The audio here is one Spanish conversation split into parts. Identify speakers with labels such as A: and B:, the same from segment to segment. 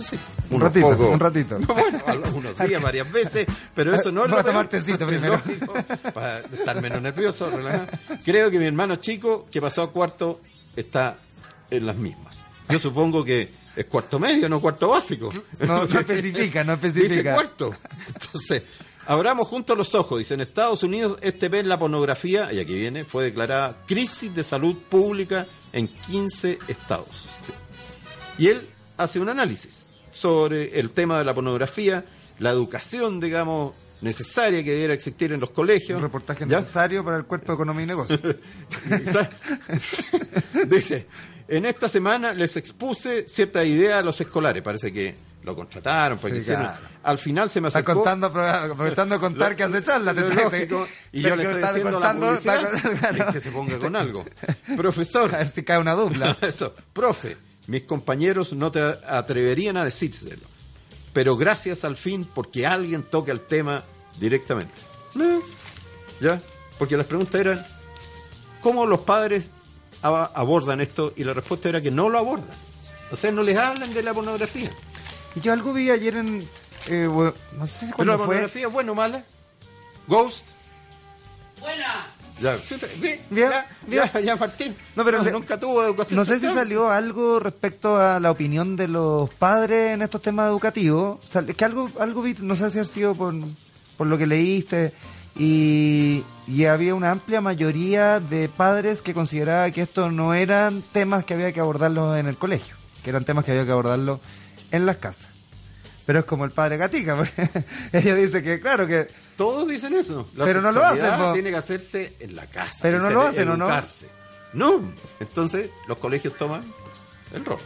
A: Sí.
B: Un
A: Unos
B: ratito,
A: pocos.
B: un ratito.
A: No, bueno, a lo- unos días, varias veces, pero eso no es
B: Vamos a
A: lo
B: tomar
A: peor.
B: tecito primero.
A: Lógico, para estar menos nervioso, relajado. Creo que mi hermano chico, que pasó a cuarto, está en las mismas. Yo supongo que es cuarto medio, no cuarto básico.
B: No, no especifica, no
A: Dice
B: especifica.
A: cuarto. Entonces, abramos juntos los ojos. Dice, en Estados Unidos este mes la pornografía, y aquí viene, fue declarada crisis de salud pública en 15 estados. Sí. Y él hace un análisis sobre el tema de la pornografía, la educación, digamos, necesaria que debiera existir en los colegios.
B: Un reportaje
A: ¿Ya?
B: necesario para el cuerpo de economía y negocios.
A: Quizás. Dice, en esta semana les expuse cierta idea a los escolares. Parece que lo contrataron, pues
B: Sí,
A: que hicieron.
B: claro.
A: Al final se me
B: Está
A: acercó...
B: contando, aprovechando de contar que hace charla. te-
A: Lo
B: te-
A: lógico. Y yo le
B: te-
A: estoy
B: te-
A: haciendo
B: contando,
A: la
B: está
A: publicidad
B: con-
A: es que se ponga con algo. Profesor,
B: A ver si cae una dupla.
A: eso, profe, mis compañeros no te atreverían a decírselo. Pero gracias al fin porque alguien toca el tema directamente. Eh, ¿Ya? Porque las preguntas eran, ¿cómo los padres ab- abordan esto? Y la respuesta era que no lo abordan. O sea, no les hablan de la pornografía.
B: Yo algo vi ayer en. eh, we- no sé
A: Pero
B: si
A: la
B: cuándo fue.
A: pornografía es bueno o mala. Ghost. Buena. Ya, sí, sí,
B: Bien,
A: ya,
B: bien.
A: ya, ya, Martín.
B: No, pero le-
A: nunca tuvo educación.
B: No sé si
A: sexual.
B: salió algo respecto a la opinión de los padres en estos temas educativos. Sal- es que algo, algo vi, no sé si ha sido por, por lo que leíste. Y, y había una amplia mayoría de padres que consideraba que estos no eran temas que había que abordarlos en el colegio, que eran temas que había que abordarlos en las casas. Pero es como el padre Gatica, porque ella dice que, claro, que
A: Todos dicen eso. La
B: Pero no lo hacen,
A: sexualidad
B: po.
A: Tiene que hacerse en la casa.
B: Pero no
A: dice,
B: lo hacen, ¿o no?
A: educarse. No. Entonces los colegios toman el rol.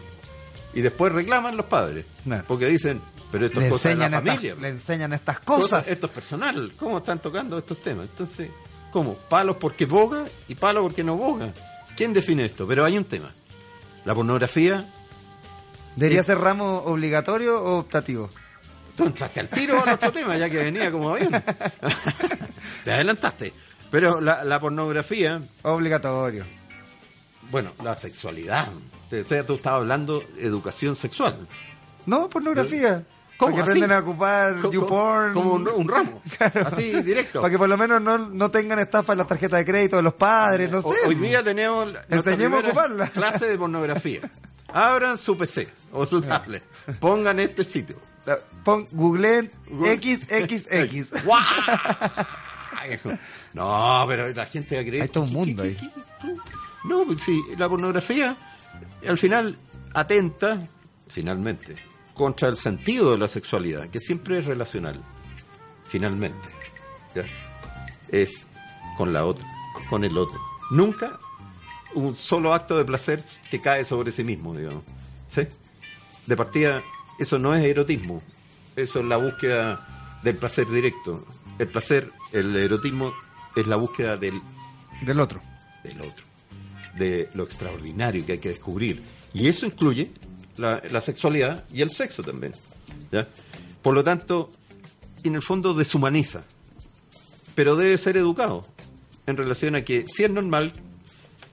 A: Y después reclaman los padres.
B: No.
A: Porque dicen, pero esto
B: le
A: es cosa de la
B: enseñan, estas,
A: familia. pues.
B: le enseñan estas cosas.
A: Esto es personal. ¿Cómo están tocando estos temas? Entonces, ¿cómo? Palos porque boga y palos porque no boga. ¿Quién define esto? Pero hay un tema. La pornografía, eh.
B: ¿Debería ser ramo obligatorio o optativo?
A: tú entraste al tiro a otro tema, ya que venía como avión. Te adelantaste. Pero la, la pornografía,
B: Obligatorio.
A: bueno, la sexualidad. Te- te- Tú estabas hablando de educación sexual.
B: No, pornografía.
A: Eh, ¿Cómo?
B: Para que
A: ¿Así?
B: aprendan a ocupar
A: Co- co-
B: YouPorn.
A: Como un, un ramo. Así, directo.
B: Para que por lo menos no, no tengan estafa en las tarjetas de crédito de los padres, no sé.
A: Ho- Eh, Hoy día tenemos la- nuestra
B: Enseñemos a
A: primera
B: ocuparla.
A: clase de pornografía. Abran su PC o su tablet. Pongan este sitio.
B: Pon, googleen
A: Google-
B: XXX.
A: ¡Guau! No, pero la gente va a creer.
B: Hay todo un
A: ¿Qué-
B: mundo
A: qué-
B: ahí.
A: qué- qué- No, pues sí, la pornografía al final atenta, finalmente, contra el sentido de la sexualidad, que siempre es relacional. Finalmente. ¿ya? Es con la otra, con el otro. Nunca un solo acto de placer que cae sobre sí mismo, digamos. ¿Sí? De partida, eso no es erotismo. Eso es la búsqueda del placer directo. El placer, el erotismo, es la búsqueda del,
B: Del otro.
A: del otro. De lo extraordinario que hay que descubrir. Y eso incluye la, la sexualidad y el sexo también. ¿ya? Por lo tanto, en el fondo deshumaniza. Pero debe ser educado en relación a que si es normal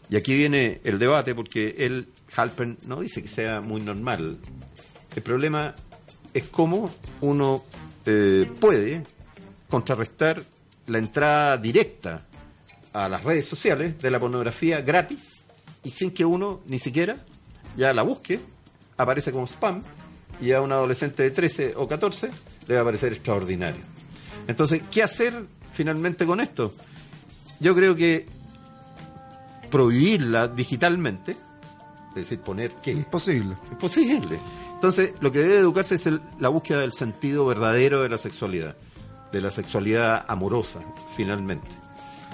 A: y aquí viene el debate, porque él, Halpern, no dice que sea muy normal. El problema es cómo uno eh, puede contrarrestar la entrada directa a las redes sociales de la pornografía gratis y sin que uno ni siquiera ya la busque, aparece como spam y a un adolescente de 13 o 14 le va a parecer extraordinario. Entonces, ¿qué hacer finalmente con esto? Yo creo que prohibirla digitalmente, es decir, poner que
B: Imposible.
A: es posible. Entonces, lo que debe educarse es el- la búsqueda del sentido verdadero de la sexualidad, de la sexualidad amorosa, finalmente.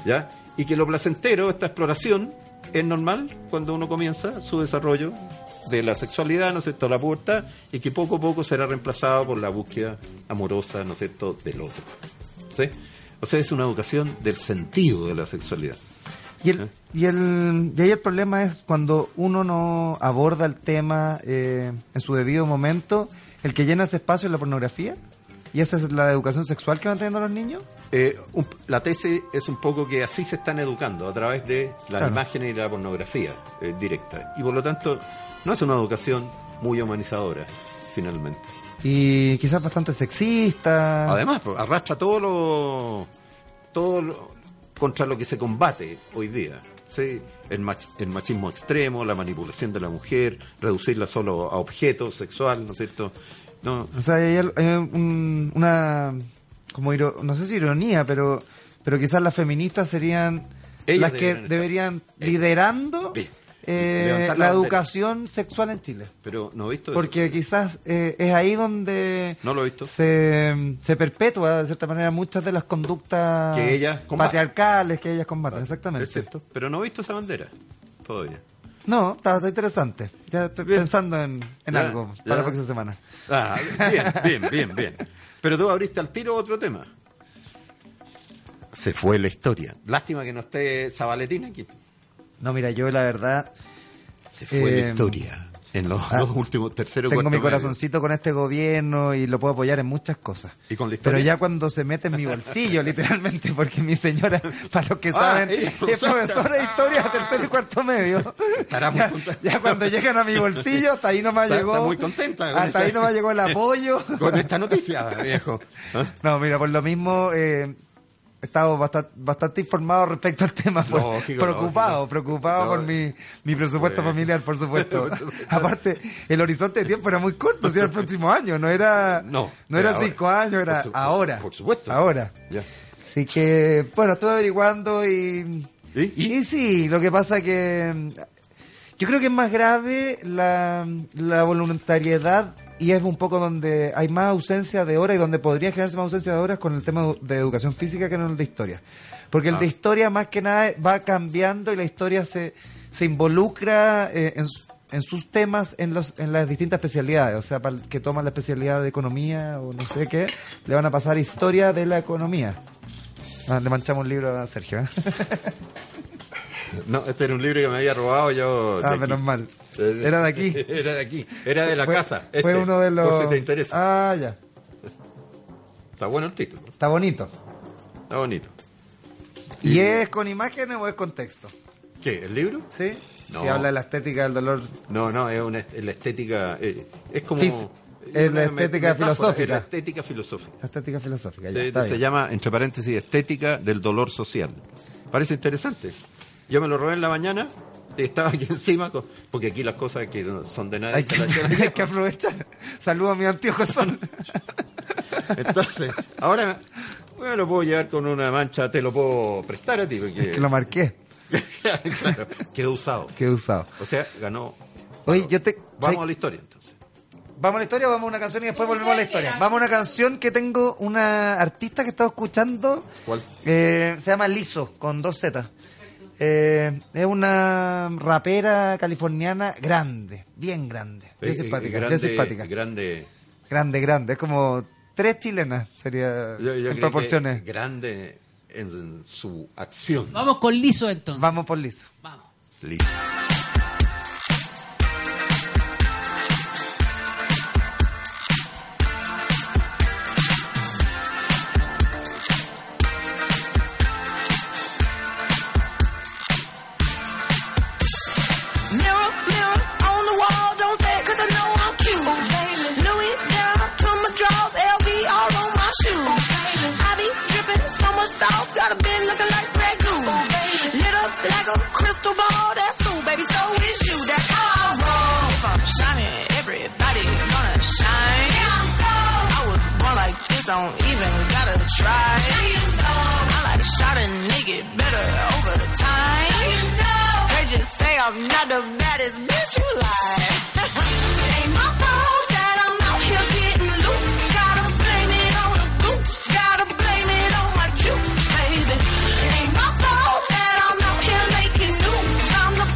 A: ¿Ya? Y que lo placentero, esta exploración, es normal cuando uno comienza su desarrollo de la sexualidad, ¿no es cierto?, la pubertad, y que poco a poco será reemplazado por la búsqueda amorosa, ¿no es cierto?, del otro. ¿Sí? O sea, es una educación del sentido de la sexualidad.
B: Y,
A: Eh.
B: el, y, el, y ahí el problema es cuando uno no aborda el tema eh, en su debido momento, el que llena ese espacio es la pornografía. ¿Y esa es la educación sexual que van teniendo los niños?
A: Eh, un- la tesis es un poco que así se están educando a través de las
B: Claro.
A: imágenes y la pornografía eh, directa. Y por lo tanto, no es una educación muy humanizadora, finalmente.
B: Y quizás bastante sexista.
A: Además, pues, arrastra todo lo, todo lo- contra lo que se combate hoy día. ¿sí? El, mach- el machismo extremo, la manipulación de la mujer, reducirla solo a objeto sexual, ¿no es cierto? No,
B: O sea, hay, al- hay un- una. Como iro- no sé si ironía, pero pero quizás las feministas serían
A: Ellas
B: las que
A: deberían estar.
B: deberían
A: Ellas.
B: liderando
A: Bien.
B: eh,
A: Levantar la bandera.
B: la educación sexual en Chile.
A: pero no he visto eso.
B: Porque quizás eh, es ahí donde
A: No lo he visto.
B: Se, se perpetúa de cierta manera muchas de las conductas
A: Que ellas combaten. Ah,
B: patriarcales que ellas combaten. Exactamente.
A: Es cierto, pero no he visto esa bandera todavía.
B: No, está, está interesante. Ya estoy pensando en, en
A: Ya,
B: algo
A: ya.
B: para la próxima semana.
A: Ah, bien, bien, bien, bien. Pero tú abriste al tiro otro tema. Se fue la historia. Lástima que no esté Zabaletín aquí.
B: No, mira, yo la verdad
A: Se fue la
B: Eh,
A: historia. En los
B: ah,
A: dos últimos, tercero,
B: tengo
A: cuarto
B: mi
A: medio.
B: corazoncito con este gobierno y lo puedo apoyar en muchas cosas.
A: ¿Y con la historia?
B: Pero ya cuando se mete en mi bolsillo, literalmente, porque mi señora, para los que
A: Ah,
B: saben,
A: ella
B: es
A: es profesora.
B: profesora de historia de tercero y cuarto medio.
A: Estará muy
B: ya,
A: contenta.
B: ya cuando llegan a mi bolsillo, hasta ahí nomás
A: Está-
B: llegó.
A: está muy contenta con
B: Hasta
A: esta-
B: ahí nomás llegó el apoyo.
A: Con esta noticia, viejo. ¿Ah?
B: No, mira, por lo mismo eh, he estado bastante, bastante informado respecto al tema. pues.
A: Lógico,
B: preocupado,
A: lógico.
B: preocupado por mi, mi presupuesto
A: Bueno.
B: familiar, por supuesto. Aparte, el horizonte de tiempo era muy corto, si era el próximo año, no era,
A: No,
B: no era,
A: era ahora.
B: cinco años, era
A: Por su- por su-
B: ahora.
A: por supuesto.
B: Ahora.
A: Ya.
B: Así que, bueno, estuve averiguando y...
A: ¿Y? ¿Y?
B: sí, lo que pasa que... mm, Yo creo que es más grave la, la voluntariedad y es un poco donde hay más ausencia de horas y donde podría generarse más ausencia de horas con el tema de- de educación física que no el de historia. Porque el
A: Ah.
B: de historia más que nada va cambiando y la historia se, se involucra eh, en, su- en sus temas en, los, en las distintas especialidades. O sea, para el que toma la especialidad de economía o no sé qué, le van a pasar historia de la economía. Ah, le manchamos un libro a Sergio. ¿eh?
A: No, este era un libro que me había robado yo. de
B: Ah,
A: aquí.
B: menos mal.
A: Eh,
B: Era de aquí.
A: Era de aquí. Era de la
B: Fue-
A: casa.
B: Fue
A: este,
B: uno de los.
A: Por si te interesa.
B: Ah, ya.
A: Está bueno el título.
B: Está bonito.
A: Está bonito.
B: ¿Y es con imágenes o es con texto?
A: ¿Qué? ¿El libro?
B: ¿Sí?
A: No.
B: Si habla de la estética del dolor.
A: No, no, es una est- la estética. eh, es como.
B: Fis- es la
A: una
B: estética
A: metáfora,
B: filosófica.
A: es la estética filosófica.
B: La estética filosófica. Ya,
A: Se,
B: está
A: se
B: bien.
A: llama, entre paréntesis, estética del dolor social. Parece interesante. Yo me lo robé en la mañana y estaba aquí encima, con- porque aquí las cosas que no son de nadie
B: Hay
A: se las llevan.
B: que, hay que aprovechar. Saludos a mi antiguo son.
A: Entonces, ahora bueno, lo puedo llevar con una mancha, te lo puedo prestar a ti. Porque,
B: que lo marqué.
A: claro, quedó usado.
B: Que he usado.
A: O sea, ganó.
B: Oye, yo te.
A: Vamos a
B: ¿sabes?
A: la historia entonces.
B: ¿Vamos a la historia o vamos a una canción y después volvemos a la historia? Vamos a una canción que tengo una artista que estaba escuchando.
A: ¿Cuál?
B: Eh, se llama Liso, con dos Z. Eh, es una rapera californiana grande, bien grande, bien
A: Eh, eh,
B: simpática, bien
A: grande,
B: simpática.
A: Grande.
B: grande, grande. Es como tres chilenas,
A: Yo-
B: sería
A: yo creo
B: en
A: que
B: proporciones.
A: Grande en, su acción.
C: Vamos con liso entonces.
B: Vamos por Liso.
C: Vamos.
A: Listo.
D: Mirror, mirror on the wall, don't say it 'cause I know I'm cute. Louis down to my drawers, LV all on my shoes. I be dripping so much sauce, gotta been looking like red goo. Lit up like a crystal ball, that's cool, baby. So is you, that's how I roll. If I'm shining, everybody gonna shine. I was born like this, don't even gotta try. I like shot a nigga better over time. They just say I'm not the baddest bitch you like. Ain't my fault that I'm out here getting loose. Gotta blame it on the goose. Gotta blame it on my juice, baby. Ain't my fault that I'm out here making news. I'm the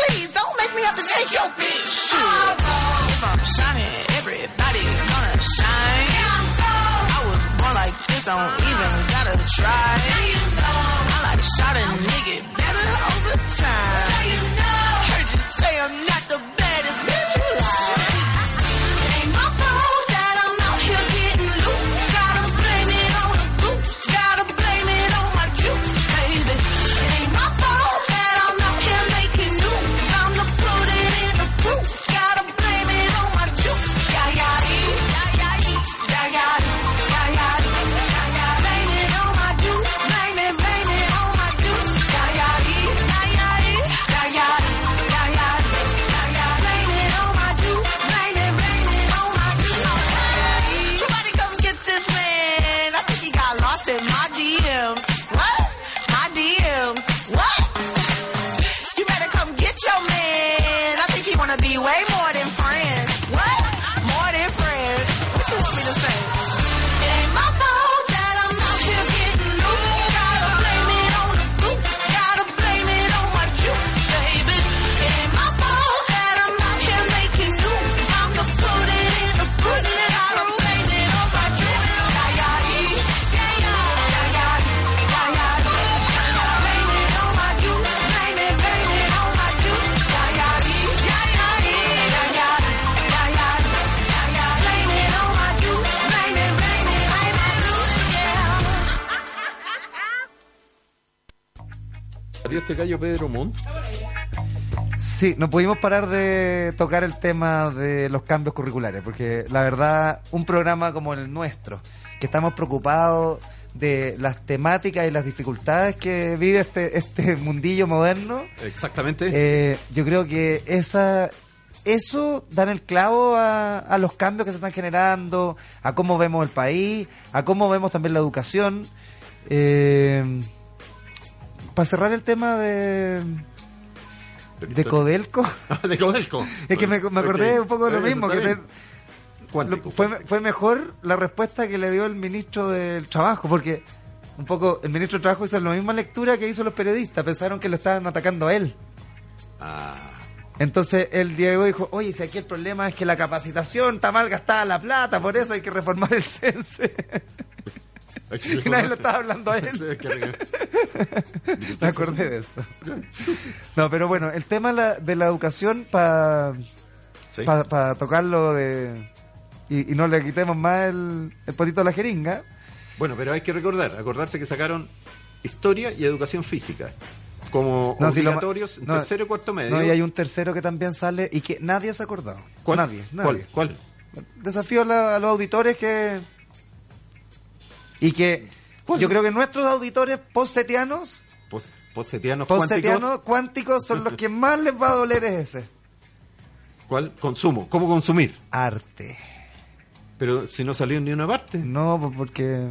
D: make your bitch shoot. If I'm shining, everybody gonna shine. I was born like this, don't even gotta try. I like shot a nigga better over time. Heard you say I'm not the baddest bitch alive. Ain't my fault that I'm out here getting loose. Gotta blame it on the boots. Gotta blame it on my juice, baby. Ain't my fault that I'm out here making news. Time to put it in the proof. Gotta blame it on my juice. Yeah, yeah, yeah, yeah, yeah, yeah, yeah, yeah. Blame it on my juice. Blame it, blame it on my juice. Yeah, yeah, yeah, yeah, yeah, yeah, yeah, yeah. Blame it on my juice. Blame it, blame it on my juice. Somebody come get this man. I think he got lost in my DMs. What? My DMs. What? You better come get your man. I think he wanna be way more than friends. What? More than friends. What you want me to say? It ain't my fault that I'm out here getting loose. Gotta blame it on the goose. Gotta blame it on my juice, baby. It ain't my fault that I'm out here making news. Time to put it in the pudding and I don't blame it on my juice. Yeah, yeah, yeah, yeah, yeah, yeah, yeah, yeah. Blame it on my juice. Blame it, blame it on my juice. Yeah, yeah, yeah, yeah, yeah, yeah, yeah, yeah, yeah. Blame it on my juice. Blame it, blame it, blame my juice. Yeah.
A: ¿Salió este gallo Pedro Montt?
B: Sí, no pudimos parar de tocar el tema de los cambios curriculares, porque la verdad, un programa como el nuestro, que estamos preocupados de las temáticas y las dificultades que vive este, este mundillo moderno,
A: Exactamente.
B: eh, yo creo que esa, eso dan el clavo a, a los cambios que se están generando, a cómo vemos el país, a cómo vemos también la educación. Eh, para cerrar el tema de, de Codelco.
A: de Codelco.
B: Es que me, me acordé
A: Ok.
B: un poco de lo
A: Eh,
B: mismo.
A: está
B: que
A: bien.
B: te-
A: Cuántico.
B: fue, fue mejor la respuesta que le dio el ministro del Trabajo, porque un poco el ministro del Trabajo hizo la misma lectura que hizo los periodistas. Pensaron que lo estaban atacando a él.
A: Ah,
B: Entonces el Diego dijo, oye, si aquí el problema es que la capacitación está mal gastada la plata, por eso hay que reformar el CENSE. Y nadie lo estaba hablando a
A: Sí,
B: él.
A: qué rico.
B: Me acordé de eso. No, pero bueno, el tema de la- de la educación para...
A: Sí.
B: para tocarlo de y, y no le quitemos más el, el potito a la jeringa.
A: Bueno, pero hay que recordar, acordarse que sacaron historia y educación física como
B: No, si lo ma-
A: obligatorios en
B: no,
A: tercero y cuarto medio.
B: No, y hay un tercero que también sale y que nadie se ha acordado.
A: ¿Cuál?
B: Nadie, nadie.
A: ¿Cuál? ¿Cuál?
B: Desafío a, la- a los auditores que... Y que yo creo que nuestros auditores possetianos,
A: Pos- Posetianos cuánticos.
B: possetianos cuánticos son los que más les va a doler es ese.
A: ¿Cuál? Consumo. ¿Cómo consumir?
B: Arte.
A: Pero si no salió en ni una parte.
B: No, pues porque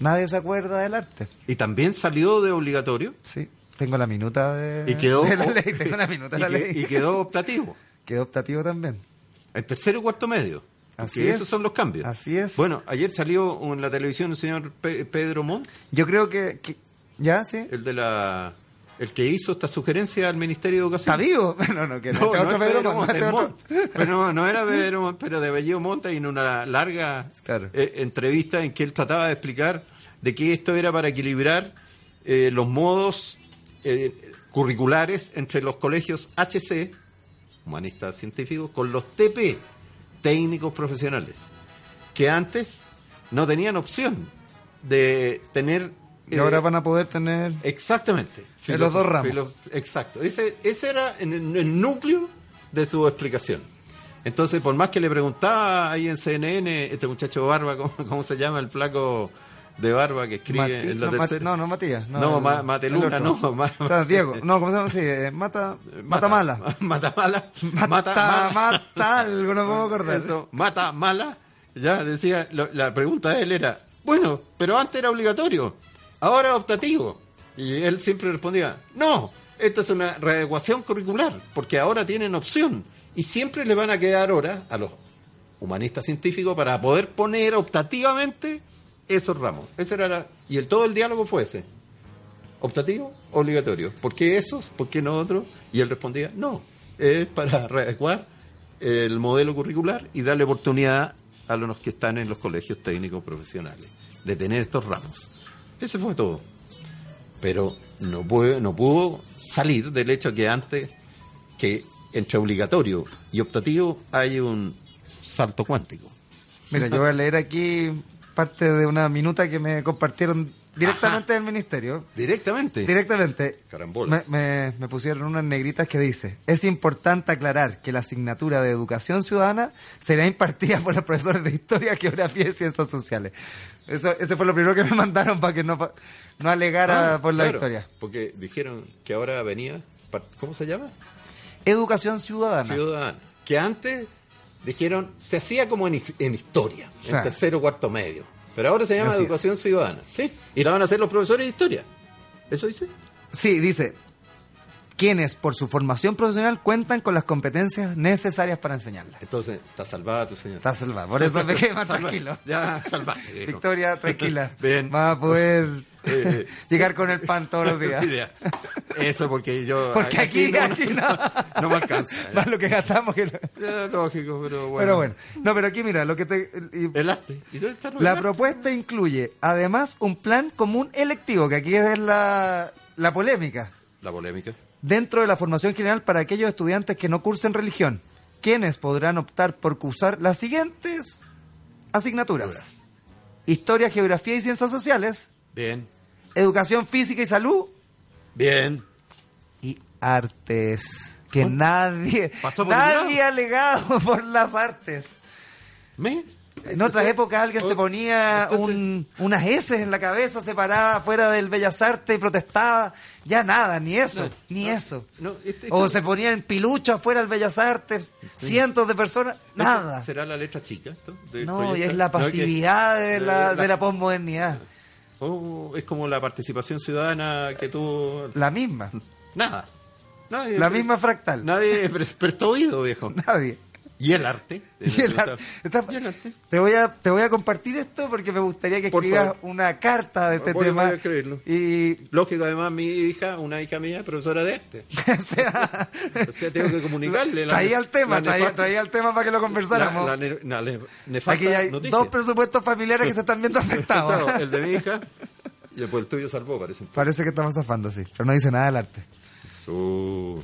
B: nadie se acuerda del arte.
A: Y también salió de obligatorio.
B: Sí, tengo la minuta de,
A: Y quedó, Oh.
B: Eh, de la ley. Tengo la minuta
A: y,
B: de la
A: que-
B: ley.
A: y quedó optativo.
B: Quedó optativo también.
A: En tercero y cuarto medio.
B: Así
A: Porque
B: es.
A: Esos son los cambios.
B: Así es.
A: Bueno, ayer salió en la televisión el señor Pe- Pedro Montt,
B: Yo creo que. que- ¿Ya? ¿Sí?
A: el de la el que hizo esta sugerencia al Ministerio de Educación.
B: ¿Está vivo? No, no, que no.
A: No,
B: este
A: no
B: otro
A: es
B: Pedro
A: Pedro
B: Montt,
A: Montt,
B: este
A: es
B: otro.
A: Montt. Pero no era Pedro Montt, pero de Bellido Monta en una larga
B: Claro.
A: eh, entrevista en que él trataba de explicar de que esto era para equilibrar eh, los modos eh, curriculares entre los colegios HC, humanistas científicos, con los TP, técnicos profesionales, que antes no tenían opción de tener...
B: Y
A: eh,
B: ahora van a poder tener.
A: Exactamente.
B: En los dos ramos.
A: exacto. Ese, ese era en el, el núcleo de su explicación. Entonces, por más que le preguntaba ahí en CNN, este muchacho Barba, ¿cómo, cómo se llama el flaco de Barba que escribe
B: Mati-
A: en la
B: no, Mat-
A: tercera?
B: no, no, Matías. No,
A: No,
B: el-
A: Ma- Mateluna,
B: el
A: no.
B: otro.
A: Ma-
B: O sea, Diego. No, ¿cómo se llama? Sí, eh, mata, mata mala.
A: Matamala.
B: Mata, mata, algo, no me puedo acordar.
A: Eso, mata mala. Ya decía, lo- la pregunta de él era, bueno, pero antes era obligatorio, ahora es optativo. Y él siempre respondía, no, esta es una readecuación curricular, porque ahora tienen opción. Y siempre le van a quedar horas a los humanistas científicos para poder poner optativamente esos ramos. Ese era la- y el, todo el diálogo fue ese. Optativo, obligatorio. ¿Por qué esos? ¿Por qué no otros? Y él respondía, no, es para readecuar el modelo curricular y darle oportunidad a los que están en los colegios técnicos profesionales de tener estos ramos. Ese fue todo. Pero no, puede, no pudo salir del hecho que antes, que entre obligatorio y optativo hay un salto cuántico.
B: Mira, yo voy a leer aquí parte de una minuta que me compartieron directamente del ministerio.
A: Directamente.
B: Directamente.
A: Carambolas.
B: Me, me- me pusieron unas negritas que dice, es importante aclarar que la asignatura de educación ciudadana será impartida por los profesores de historia, geografía y ciencias sociales. Eso, ese fue lo primero que me mandaron para que no, pa- no alegara
A: Ah,
B: por la
A: claro,
B: victoria.
A: Porque dijeron que ahora venía, par- ¿cómo se llama?
B: Educación ciudadana.
A: Ciudadana. Que antes dijeron, se hacía como en, his- en historia, en
B: Claro.
A: tercero cuarto medio. Pero ahora se llama
B: Así es.
A: educación ciudadana, ¿sí? Y la van a hacer los profesores de historia. ¿Eso dice?
B: Sí, dice, quienes por su formación profesional cuentan con las competencias necesarias para enseñarla.
A: Entonces, está salvada tu señora.
B: Está salvado, por eso me quedé más tranquilo.
A: Ya, salvaste. viejo.
B: Victoria, tranquila.
A: Bien.
B: Vas a poder
A: Eh,
B: llegar con el pan todos los días.
A: Idea. Eso porque yo...
B: Porque aquí,
A: no-
B: aquí no.
A: no me alcanza, ya.
B: Más lo que gastamos que lo-
A: Ya, lógico, pero bueno.
B: Pero bueno. No, pero aquí mira, lo que te... y-
A: El arte. ¿Y dónde está lo
B: la
A: del arte?
B: propuesta incluye además un plan común electivo, que aquí es la, la polémica,
A: La polémica.
B: dentro de la formación general para aquellos estudiantes que no cursen religión, quienes podrán optar por cursar las siguientes asignaturas. Historia, geografía y ciencias sociales,
A: Bien.
B: educación física y salud
A: Bien.
B: y artes. Que nadie,
A: pasó por el
B: nadie
A: lado.
B: ha legado por las artes.
A: ¿Me?
B: En otras épocas alguien se ponía
A: Entonces-
B: un- unas heces en la cabeza separada fuera del Bellas Artes y protestaba. Ya nada, ni eso,
A: No,
B: ni
A: no,
B: eso.
A: no, este-
B: o
A: este-
B: se ponían pilucho afuera del Bellas Artes, cientos de personas, nada.
A: ¿Será la letra chica esto? De-
B: No,
A: proyecta-
B: y es la
A: no, que-
B: pasividad de, la,
A: la-
B: de la posmodernidad.
A: Oh, es como la participación ciudadana que tuvo...
B: La misma,
A: Nada. Nadie-
B: la misma fractal.
A: Nadie pre- prestó oído, viejo.
B: Nadie.
A: Y el arte.
B: Y el ar- está-
A: Y el arte.
B: Te voy, a, te voy a compartir esto porque me gustaría que
A: Por
B: escribas
A: favor.
B: una carta de este
A: Voy-
B: tema.
A: voy a escribirlo.
B: Y
A: Lógico, además, mi hija, una hija mía, es profesora de arte.
B: o sea,
A: O sea, tengo que comunicarle. la-
B: traía el tema,
A: la
B: traía,
A: nefasta-
B: traía el tema para que lo conversáramos.
A: La, la ne- na- le- nefasta
B: Aquí ya hay
A: noticia.
B: dos presupuestos familiares que se están viendo
A: Claro,
B: afectados.
A: El de mi hija y el, pues, el tuyo salvó, parece.
B: Parece que estamos zafando, sí, pero no dice nada del arte.
A: Uh,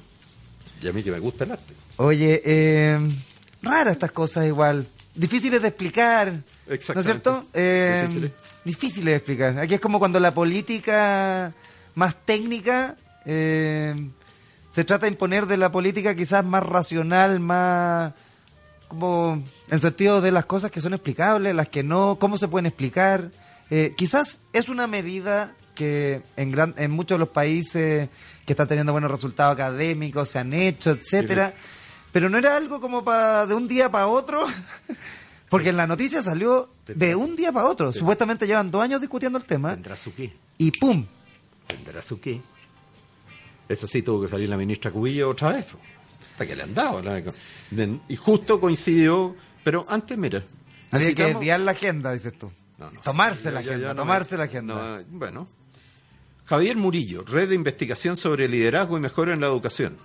A: y a mí que me gusta el arte.
B: Oye, eh, raras estas cosas igual. Difíciles de explicar. ¿No es
A: Exactamente.
B: cierto? Eh,
A: Difíciles.
B: difíciles de explicar. Aquí es como cuando la política más técnica eh, se trata de imponer de la política quizás más racional, más como en sentido de las cosas que son explicables, las que no, cómo se pueden explicar. Eh, quizás es una medida que en, gran, en muchos de los países que están teniendo buenos resultados académicos se han hecho, etcétera. Pero no era algo como para de un día para otro, porque en la noticia salió de un día para otro. Supuestamente llevan dos años discutiendo el tema
A: Tendrá su qué.
B: y ¡pum!
A: Tendrá su qué. Eso sí, tuvo que salir la ministra Cubillo otra vez. po. Hasta que le han dado. la- de- Y justo coincidió. Pero antes, mira.
B: Había que
A: necesitamos-
B: desviar la agenda, dices tú.
A: No, no,
B: tomarse
A: sí, ya-
B: la
A: ya-
B: agenda,
A: ya no
B: tomarse
A: me-
B: la agenda.
A: no, eh, bueno. Javier Murillo, Red de Investigación sobre Liderazgo y Mejora en la Educación.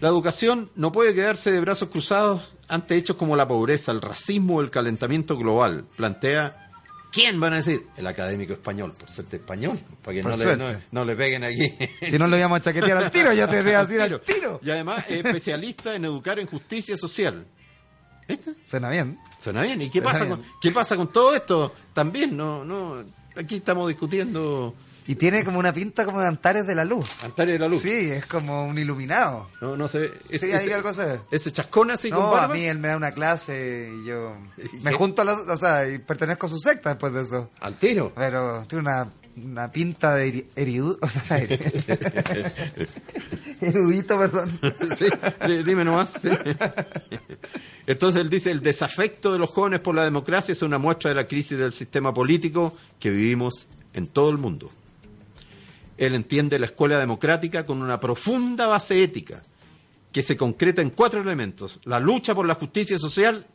A: La educación no puede quedarse de brazos cruzados ante hechos como la pobreza, el racismo o el calentamiento global. Plantea, ¿quién van a decir? El académico español, por suerte español, para que
B: Por
A: no le,
B: suerte.
A: no- no le peguen aquí.
B: Si no lo íbamos a chaquetear al tiro, yo te voy a decir al tiro.
A: Y además es especialista en educar en justicia social. ¿Viste?
B: Suena bien.
A: Suena bien. ¿Y qué
B: Suena
A: pasa,
B: bien.
A: con, qué pasa con todo esto? También, no, no. Aquí estamos discutiendo
B: Y tiene como una pinta como de Antares de la Luz.
A: Antares de la Luz.
B: Sí, es como un iluminado.
A: No, no se ve.
B: Sí, ahí algo se ve.
A: Ese chascón así con
B: no, a
A: barba.
B: mí él me da una clase y yo me
A: ¿Qué?
B: junto a la, o sea, y pertenezco a su secta después de eso.
A: Al tiro.
B: Pero tiene una, una pinta de heri- heridu, o sea, erudito, perdón.
A: Sí, di- dime nomás. sí. Entonces él dice, el desafecto de los jóvenes por la democracia es una muestra de la crisis del sistema político que vivimos en todo el mundo. Él entiende la escuela democrática con una profunda base ética que se concreta en cuatro elementos. La lucha por la justicia social,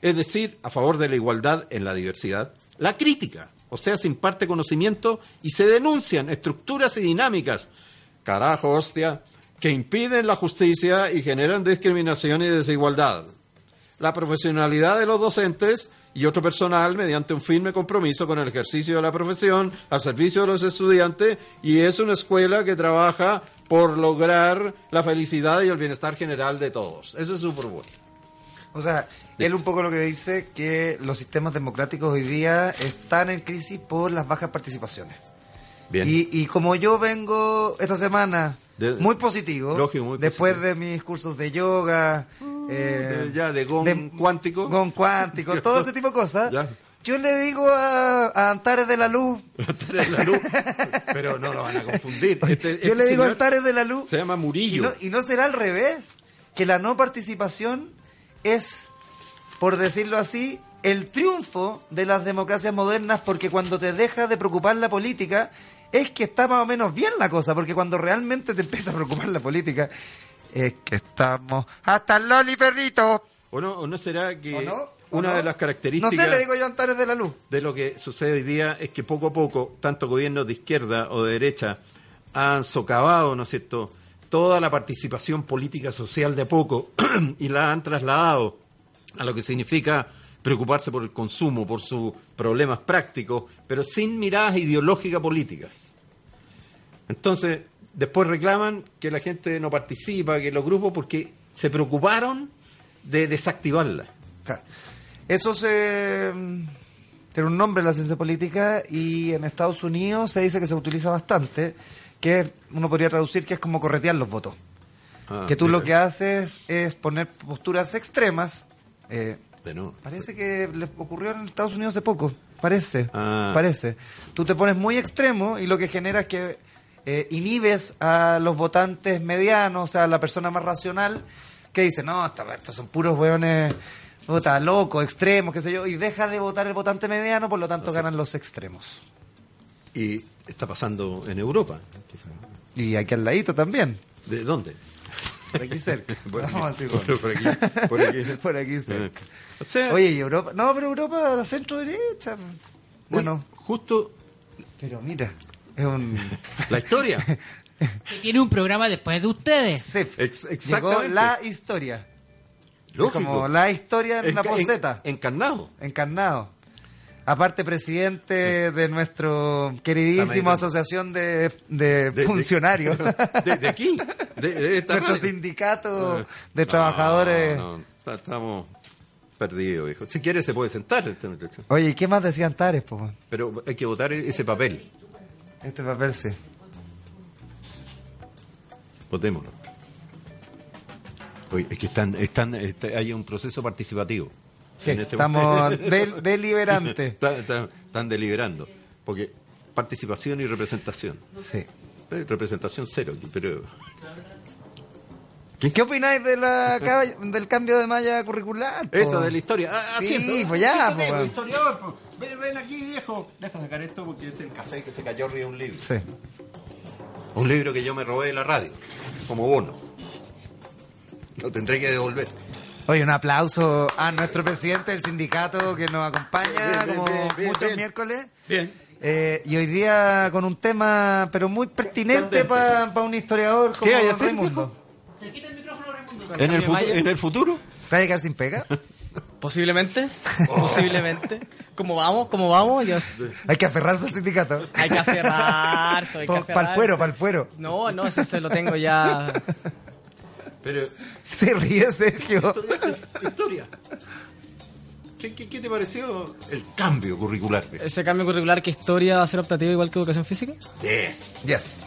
A: es decir, a favor de la igualdad en la diversidad. La crítica, o sea, se imparte conocimiento y se denuncian estructuras y dinámicas. Carajo, hostia, que impiden la justicia y generan discriminación y desigualdad. La profesionalidad de los docentes y otro personal mediante un firme compromiso con el ejercicio de la profesión al servicio de los estudiantes y es una escuela que trabaja por lograr la felicidad y el bienestar general de todos. Esa es su propuesta.
B: O sea, él un poco lo que dice que los sistemas democráticos hoy día están en crisis por las bajas participaciones.
A: eh,
B: Y, y como yo vengo esta semana
A: De-
B: muy positivo,
A: Lógico, muy
B: después
A: positivo.
B: de mis cursos de yoga, eh,
A: de- ya, de gong cuántico.
B: gong cuántico, todo ese tipo de cosas,
A: Ya.
B: yo le digo a, a Antares de la Luz,
A: Antares de la Luz. Pero no lo van a confundir. Este-
B: yo
A: este
B: le digo a
A: señor
B: Antares de la Luz,
A: Se llama
B: y
A: Murillo.
B: no, y no será al revés, que la no participación es, por decirlo así, el triunfo de las democracias modernas, porque cuando te deja de preocupar la política, es que está más o menos bien la cosa, porque cuando realmente te empieza a preocupar la política, es que estamos hasta el loli perrito.
A: ¿O, no, ¿O no será que
B: ¿O no? ¿O
A: una
B: no?
A: de las características...
B: No sé, le digo yo a Antares de la Luz.
A: de lo que sucede hoy día es que poco a poco, tanto gobiernos de izquierda o de derecha han socavado, ¿no es cierto?, toda la participación política social de a poco y la han trasladado a lo que significa preocuparse por el consumo, por sus problemas prácticos, pero sin miradas ideológicas políticas. Entonces, después reclaman que la gente no participa, que los grupos, porque se preocuparon de desactivarla.
B: Claro. Eso se. mm, Tiene un nombre la ciencia política y en Estados Unidos se dice que se utiliza bastante, que es- uno podría traducir que es como corretear los votos.
A: Ah,
B: que tú lo que haces es poner posturas extremas. eh,
A: De nuevo.
B: parece que le ocurrió en Estados Unidos hace poco. Parece.
A: Ah.
B: Parece. Tú te pones muy extremo y lo que genera es que eh, inhibes a los votantes medianos, o sea, a la persona más racional, que dice, no, esta- estos son puros hueones, vota loco, extremos, qué sé yo, y deja de votar el votante mediano, por lo tanto ganan los extremos.
A: y está pasando en Europa.
B: Y aquí al ladito también,
A: ¿De dónde?
B: por aquí cerca.
A: Por aquí,
B: Vamos así,
A: por-
B: Ah, bueno.
A: por aquí, por aquí. Ah.
B: Por aquí cerca.
A: O sea,
B: Oye, y Europa. No, pero Europa, la centro derecha. Bueno,
A: uy, justo
B: pero mira, es un.
A: la historia.
C: Que tiene un programa después de ustedes.
B: Sí,
A: Ex-
B: Llegó
A: exactamente.
B: la historia. Es
A: Lógico.
B: Como la historia en la
A: Enca-
B: poseta.
A: en- encarnado.
B: Encarnado. Aparte, presidente de nuestro queridísimo
A: También.
B: asociación de,
A: De-
B: de
A: de-
B: funcionarios.
A: De, de aquí. De, de esta
B: nuestro
A: radio.
B: sindicato de
A: No,
B: trabajadores.
A: no, está- estamos perdidos, hijo. Si quiere, se puede sentar. este muchacho.
B: Oye, ¿y ¿qué más decía Antares, po?
A: Pero hay que votar e- ese papel.
B: Este papel sí.
A: Votémoslo. Oye, es que están, están, está- hay un proceso participativo.
B: Sí,
A: En este
B: estamos
A: momento.
B: del- deliberantes.
A: Están, están- están deliberando. Porque participación y representación.
B: Sí.
A: Eh, Representación cero, pero
B: ¿Qué, opináis de la, cab- del cambio de malla curricular? po?
A: Eso de la historia. Ah,
B: Sí,
A: asiento.
B: pues ya,
A: Siéntate,
B: pues,
A: pues,
B: weón.
A: historiador, pues. Ven, ven aquí, viejo. Deja sacar esto porque este es el café que se cayó arriba de un libro.
B: Sí.
A: Un libro que yo me robé de la radio, como bono. Lo tendré que devolver.
B: Oye, un aplauso a nuestro presidente del sindicato que nos acompaña
A: Bien, bien,
B: como
A: bien, bien,
B: muchos
A: bien.
B: miércoles.
A: Bien.
B: Eh, y hoy día con un tema, pero muy pertinente
A: Candente.
B: para un historiador como
A: hay a
B: don
A: hacer,
B: Raimundo.
C: Se quita el micrófono, Raimundo.
A: ¿En el, futu- ¿En el futuro?
B: ¿Te vas a llegar sin pega?
E: Posiblemente, posiblemente. ¿Cómo vamos? ¿Cómo vamos? Yo-
B: Hay que aferrarse al sindicato.
E: hay que aferrarse, hay que
B: Pa- pa'l fuero, pa'l fuero.
E: No, no, eso, eso lo tengo ya.
A: Pero,
B: Se ríe Sergio.
A: historia. ¿Qué, qué, qué te pareció el cambio curricular? viejo?
E: Ese cambio curricular que historia va a ser optativo igual que educación física.
A: Yes.
B: Yes.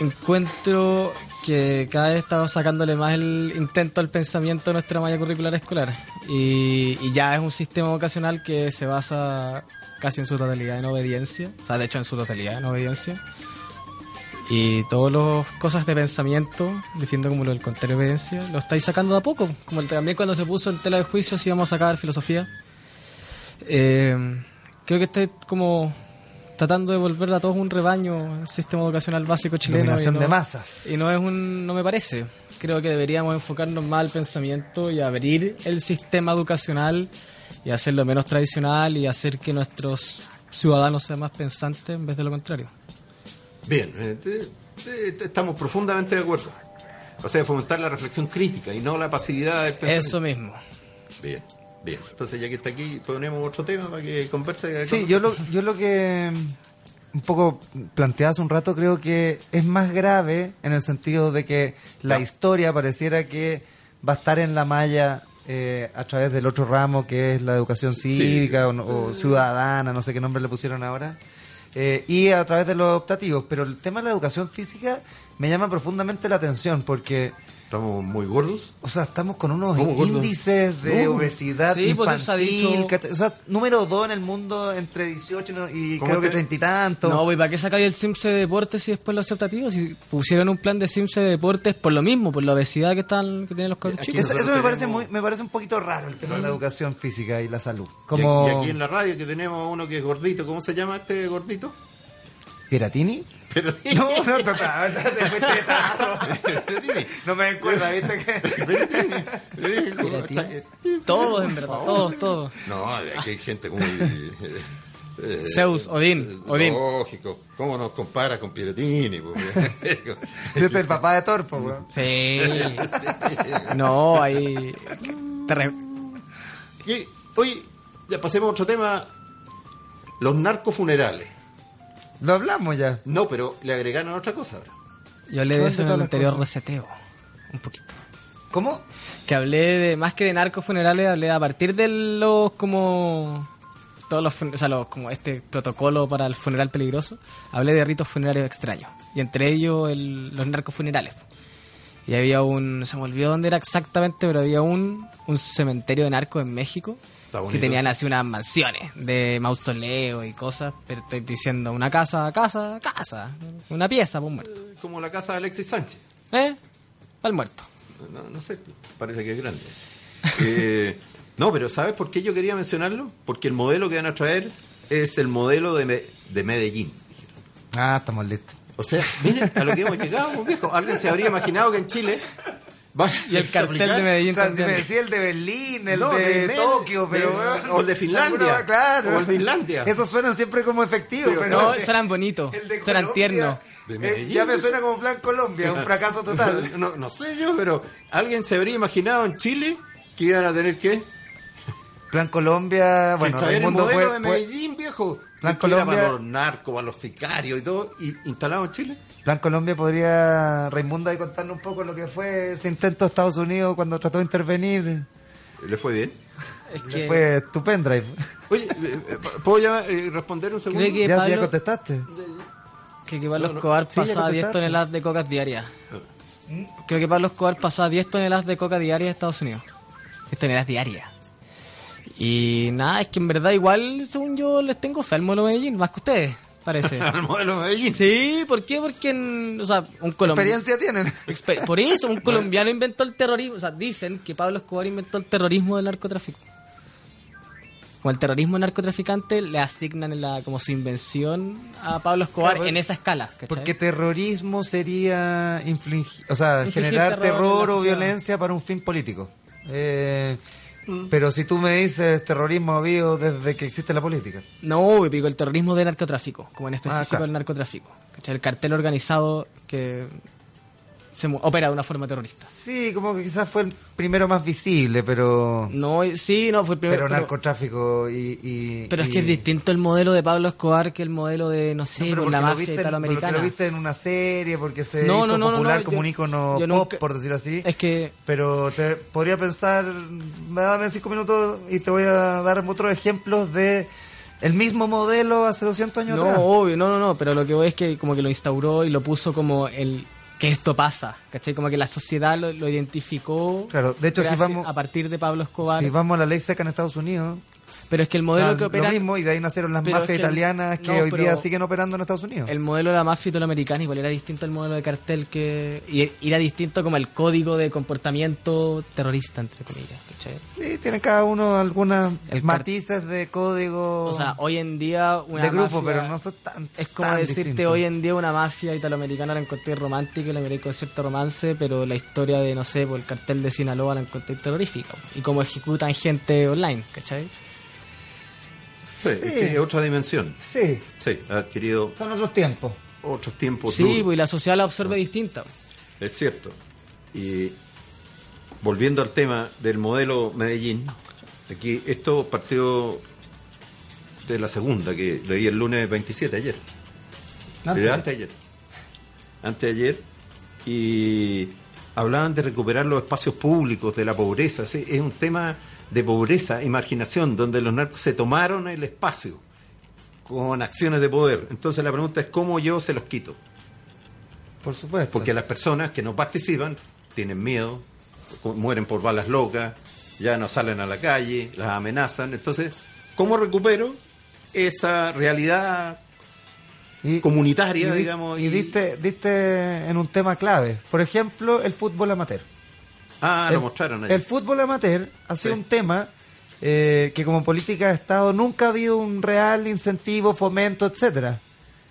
E: Encuentro que cada vez estamos sacándole más el intento al pensamiento de nuestra malla curricular escolar. Y, y ya es un sistema vocacional que se basa casi en su totalidad en obediencia. O sea, de hecho, en su totalidad en obediencia. Y todas las cosas de pensamiento, diciendo como lo del contrario de obediencia, lo estáis sacando de a poco. Como el- también cuando se puso en tela de juicio si íbamos a sacar filosofía. Eh, creo que estáis como tratando de volver a todos un rebaño el sistema educacional básico chileno. y
B: Dominación
E: no-
B: de masas.
E: y no es un, no me parece. Creo que deberíamos enfocarnos más al pensamiento y abrir el sistema educacional y hacerlo menos tradicional y hacer que nuestros ciudadanos sean más pensantes en vez de lo contrario.
A: Bien, eh, te- Eh, t- Estamos profundamente de acuerdo. O sea, fomentar la reflexión crítica y no la pasividad del pensamiento.
E: Eso mismo.
A: Bien, bien. Entonces, ya que está aquí, ponemos otro tema para que converse. con-
B: Sí, yo lo, yo lo que mm, un poco planteaba hace un rato, creo que es más grave en el sentido de que la
A: Ya.
B: historia pareciera que va a estar en la malla eh, a través del otro ramo que es la educación cívica o, no- o ciudadana, no sé qué nombre le pusieron ahora, eh, y a través de los optativos. Pero el tema de la educación física me llama profundamente la atención porque...
A: Estamos muy gordos.
B: O sea, estamos con unos
A: ¿Cómo, gordo?
B: índices de
A: No.
B: obesidad
E: Sí, pues eso se ha
B: infantil.
E: dicho.
B: ¿cachai? O sea, número dos en el mundo entre 18 no- y
A: ¿Cómo
B: creo que
A: te-
B: treinta y tanto.
E: No, güey, ¿para qué sacar el Sims de deportes y después los optativos? Pues Si pusieron un plan de Sims de deportes por lo mismo, por la obesidad que están que tienen los
A: Aquí
E: chicos.
B: eso
A: nosotros
B: eso me, parece
A: tenemos-
B: muy, me parece un poquito raro el tema de la educación física y la salud.
A: Y,
B: Como
A: aquí en la radio que tenemos a uno que es gordito. ¿Cómo se llama este gordito?
B: Piratini.
A: Pero
B: No, no, total, te fuiste de tarro. No me acuerdo, ¿viste
E: Piratini. Todos, en verdad, todos, todos.
A: eh, No, aquí hay gente como... eh, eh,
E: Zeus, Odín, Odín.
A: Lógico. ¿Cómo nos compara con Pues, Piratini? po?
B: que este es el papá de Torpo, weón.
E: Sí. No, ahí. te re-
A: Y, Oye, ya pasemos a otro tema. Los narcofunerales.
B: Lo hablamos ya.
A: No, pero le agregaron otra cosa ahora.
E: Yo hablé de
B: ¿Cuál de
E: eso en
B: todas
E: el
B: las
E: anterior
B: cosas?
E: reseteo. Un poquito.
B: ¿Cómo?
E: Que hablé de, más que de narcofunerales, hablé a partir de los como. Todos los, fun- o sea, los, como este protocolo para el funeral peligroso, hablé de ritos funerarios extraños. Y entre ellos el- los narcofunerales. Y había un, se me olvidó dónde era exactamente, pero había un, un cementerio de narcos en México
A: Está bonito.
E: que tenían así unas mansiones de mausoleo y cosas, pero estoy diciendo una casa, casa, casa, una pieza para un muerto.
A: Como la casa de Alexis Sánchez.
E: ¿Eh? Para el muerto.
A: No, no sé, parece que es grande. Eh, no, pero ¿sabes por qué yo quería mencionarlo? Porque el modelo que van a traer es el modelo de, Me- de Medellín.
B: Ah, estamos listos.
A: O sea, miren a lo que hemos llegado, pues, viejo. Alguien se habría imaginado que en Chile. van a
E: Y el cartel
A: replicar-
E: de Medellín
B: O sea, si
E: también.
B: me decía el de Berlín, el
A: No,
B: de,
A: de Mel-
B: Tokio, pero...
A: de-
B: weón,
A: o el de Finlandia,
B: alguna- claro.
A: o el de Finlandia.
B: Esos suenan siempre como efectivos,
A: Sí,
B: pero...
E: No, suenan bonitos,
B: el de
E: suenan
B: Colombia,
E: tiernos.
A: De
B: eh,
A: Medellín.
B: ya me suena como Plan Colombia, un fracaso total.
A: No, no sé yo, pero alguien se habría imaginado en Chile que iban a tener que, que
B: Plan Colombia, bueno,
A: traer el
B: Raimundo
A: modelo
B: fue-
A: de
B: fue-
A: Medellín, viejo.
B: Plan
A: Que era
B: Colombia-
A: para los narcos, para los sicarios y todo, y instalado en Chile.
B: Plan Colombia podría, Raimundo, ahí contarnos un poco lo que fue ese intento de Estados Unidos cuando trató de intervenir.
A: ¿Le fue bien?
E: Es
B: Que
E: que
B: fue tu pendrive.
A: Oye, eh, eh, ¿puedo llamar, eh, responder un segundo?
E: Creo que-
B: Ya, sí, ya
E: Pablo?
B: contestaste.
E: Que, que Pablo
A: No, no.
E: Escobar
B: Sí, ya
E: pasaba 10
B: contestaste. Ah.
E: toneladas de coca diarias. Creo que Pablo Escobar pasaba 10 toneladas de coca diarias a Estados Unidos. 10 toneladas diarias. Y nada, es que en verdad igual, según yo, les tengo fe al Molo Medellín, más que ustedes, parece.
A: Al modelo Medellín.
E: sí, ¿por qué? Porque, en- o sea, un colombiano...
B: Experiencia tienen.
E: Exper- Por eso, un colombiano inventó el terrorismo. O sea, dicen que Pablo Escobar inventó el terrorismo del narcotráfico. Como el terrorismo narcotraficante le asignan la, como su invención a Pablo Escobar
B: Claro,
E: en esa escala. ¿cachai?
B: Porque terrorismo sería infligir, o sea,
E: Infligir
B: generar
E: terror en
B: terror
E: la
B: o
E: sociedad.
B: violencia para un fin político. Eh, Pero si tú me dices terrorismo ha habido desde que existe la política.
E: No, me pico, el terrorismo de narcotráfico, como en específico
B: Ah, claro.
E: el narcotráfico. ¿cachai? El cartel organizado que se mu- opera de una forma terrorista.
B: Sí, como que quizás fue el primero más visible, pero
E: No, sí, no, fue el primer...
B: pero narcotráfico y, y-
E: pero es
B: y-
E: que es distinto el modelo de Pablo Escobar que el modelo de, no
B: No,
E: sé,
B: pero
E: por
B: porque
E: la
B: lo
E: mafia
B: viste en-
E: italoamericana.
B: porque lo viste en una serie, porque se
E: No,
B: hizo
E: no, no, no,
B: popular
E: no,
B: como
E: yo-
B: un icono
E: yo
B: pop,
E: nunca-
B: por decir así.
E: Es que
B: Pero te podría pensar, me dame cinco minutos y te voy a dar otros ejemplos de el mismo modelo hace 200 años
E: No, oh,
B: atrás.
E: obvio, no, no, no, pero lo que voy es que como que lo instauró y lo puso como el que esto pasa, ¿cachai? Como que la sociedad lo, lo identificó.
B: Claro, de hecho, si
E: gracias-
B: vamos-
E: A partir de Pablo Escobar.
B: Si vamos a la ley seca en Estados Unidos,
E: Pero es que el modelo
B: da
E: que opera.
B: lo mismo y de ahí nacieron las
E: pero
B: mafias
E: es que el-
B: italianas que
E: no,
B: hoy
E: pero-
B: día siguen operando en Estados Unidos.
E: El modelo de la mafia italoamericana igual era distinto al modelo de cartel que. Y y era distinto como el código de comportamiento terrorista, entre comillas, ¿cachai?
B: Sí, tienen cada uno algunas
E: El car-
B: matices de código
E: O sea, hoy en día una
B: Oh. de grupo,
E: mafia-
B: pero no son tan
E: Es como
B: tan
E: decirte
B: distintos.
E: hoy en día una mafia italoamericana la encontré romántica y la miré con cierto romance, pero la historia de, no sé, por el cartel de Sinaloa la encontré terrorífica. pues, Y cómo ejecutan gente online, ¿cachai?
A: Sí,
B: Sí.
A: tiene otra dimensión.
B: Sí,
A: Sí, ha adquirido
B: son otros tiempos.
A: otros tiempos
E: Sí,
A: duros.
E: pues, y la sociedad la absorbe distinta. pues.
A: Es cierto. Y volviendo al tema del modelo Medellín, aquí esto partió de la segunda que leí el lunes 27 ayer.
B: Antes.
A: Antes, ayer. Antes ayer. Y hablaban de recuperar los espacios públicos, de la pobreza. sí, Es un tema de pobreza, imaginación, donde los narcos se tomaron el espacio con acciones de poder. Entonces la pregunta es cómo yo se los quito.
B: Por supuesto.
A: Porque las personas que no participan tienen miedo, cu- mueren por balas locas, ya no salen a la calle, las amenazan. Entonces, ¿cómo recupero esa realidad?
B: Y-
A: comunitaria,
B: y di-
A: digamos,
B: Y,
A: y-
B: diste, diste en un tema clave. Por ejemplo, el fútbol amateur.
A: Ah, lo
B: El-
A: mostraron ahí.
B: El fútbol amateur ha sido
A: Sí.
B: un tema eh, que como política de Estado nunca ha habido un real incentivo, fomento, etcétera.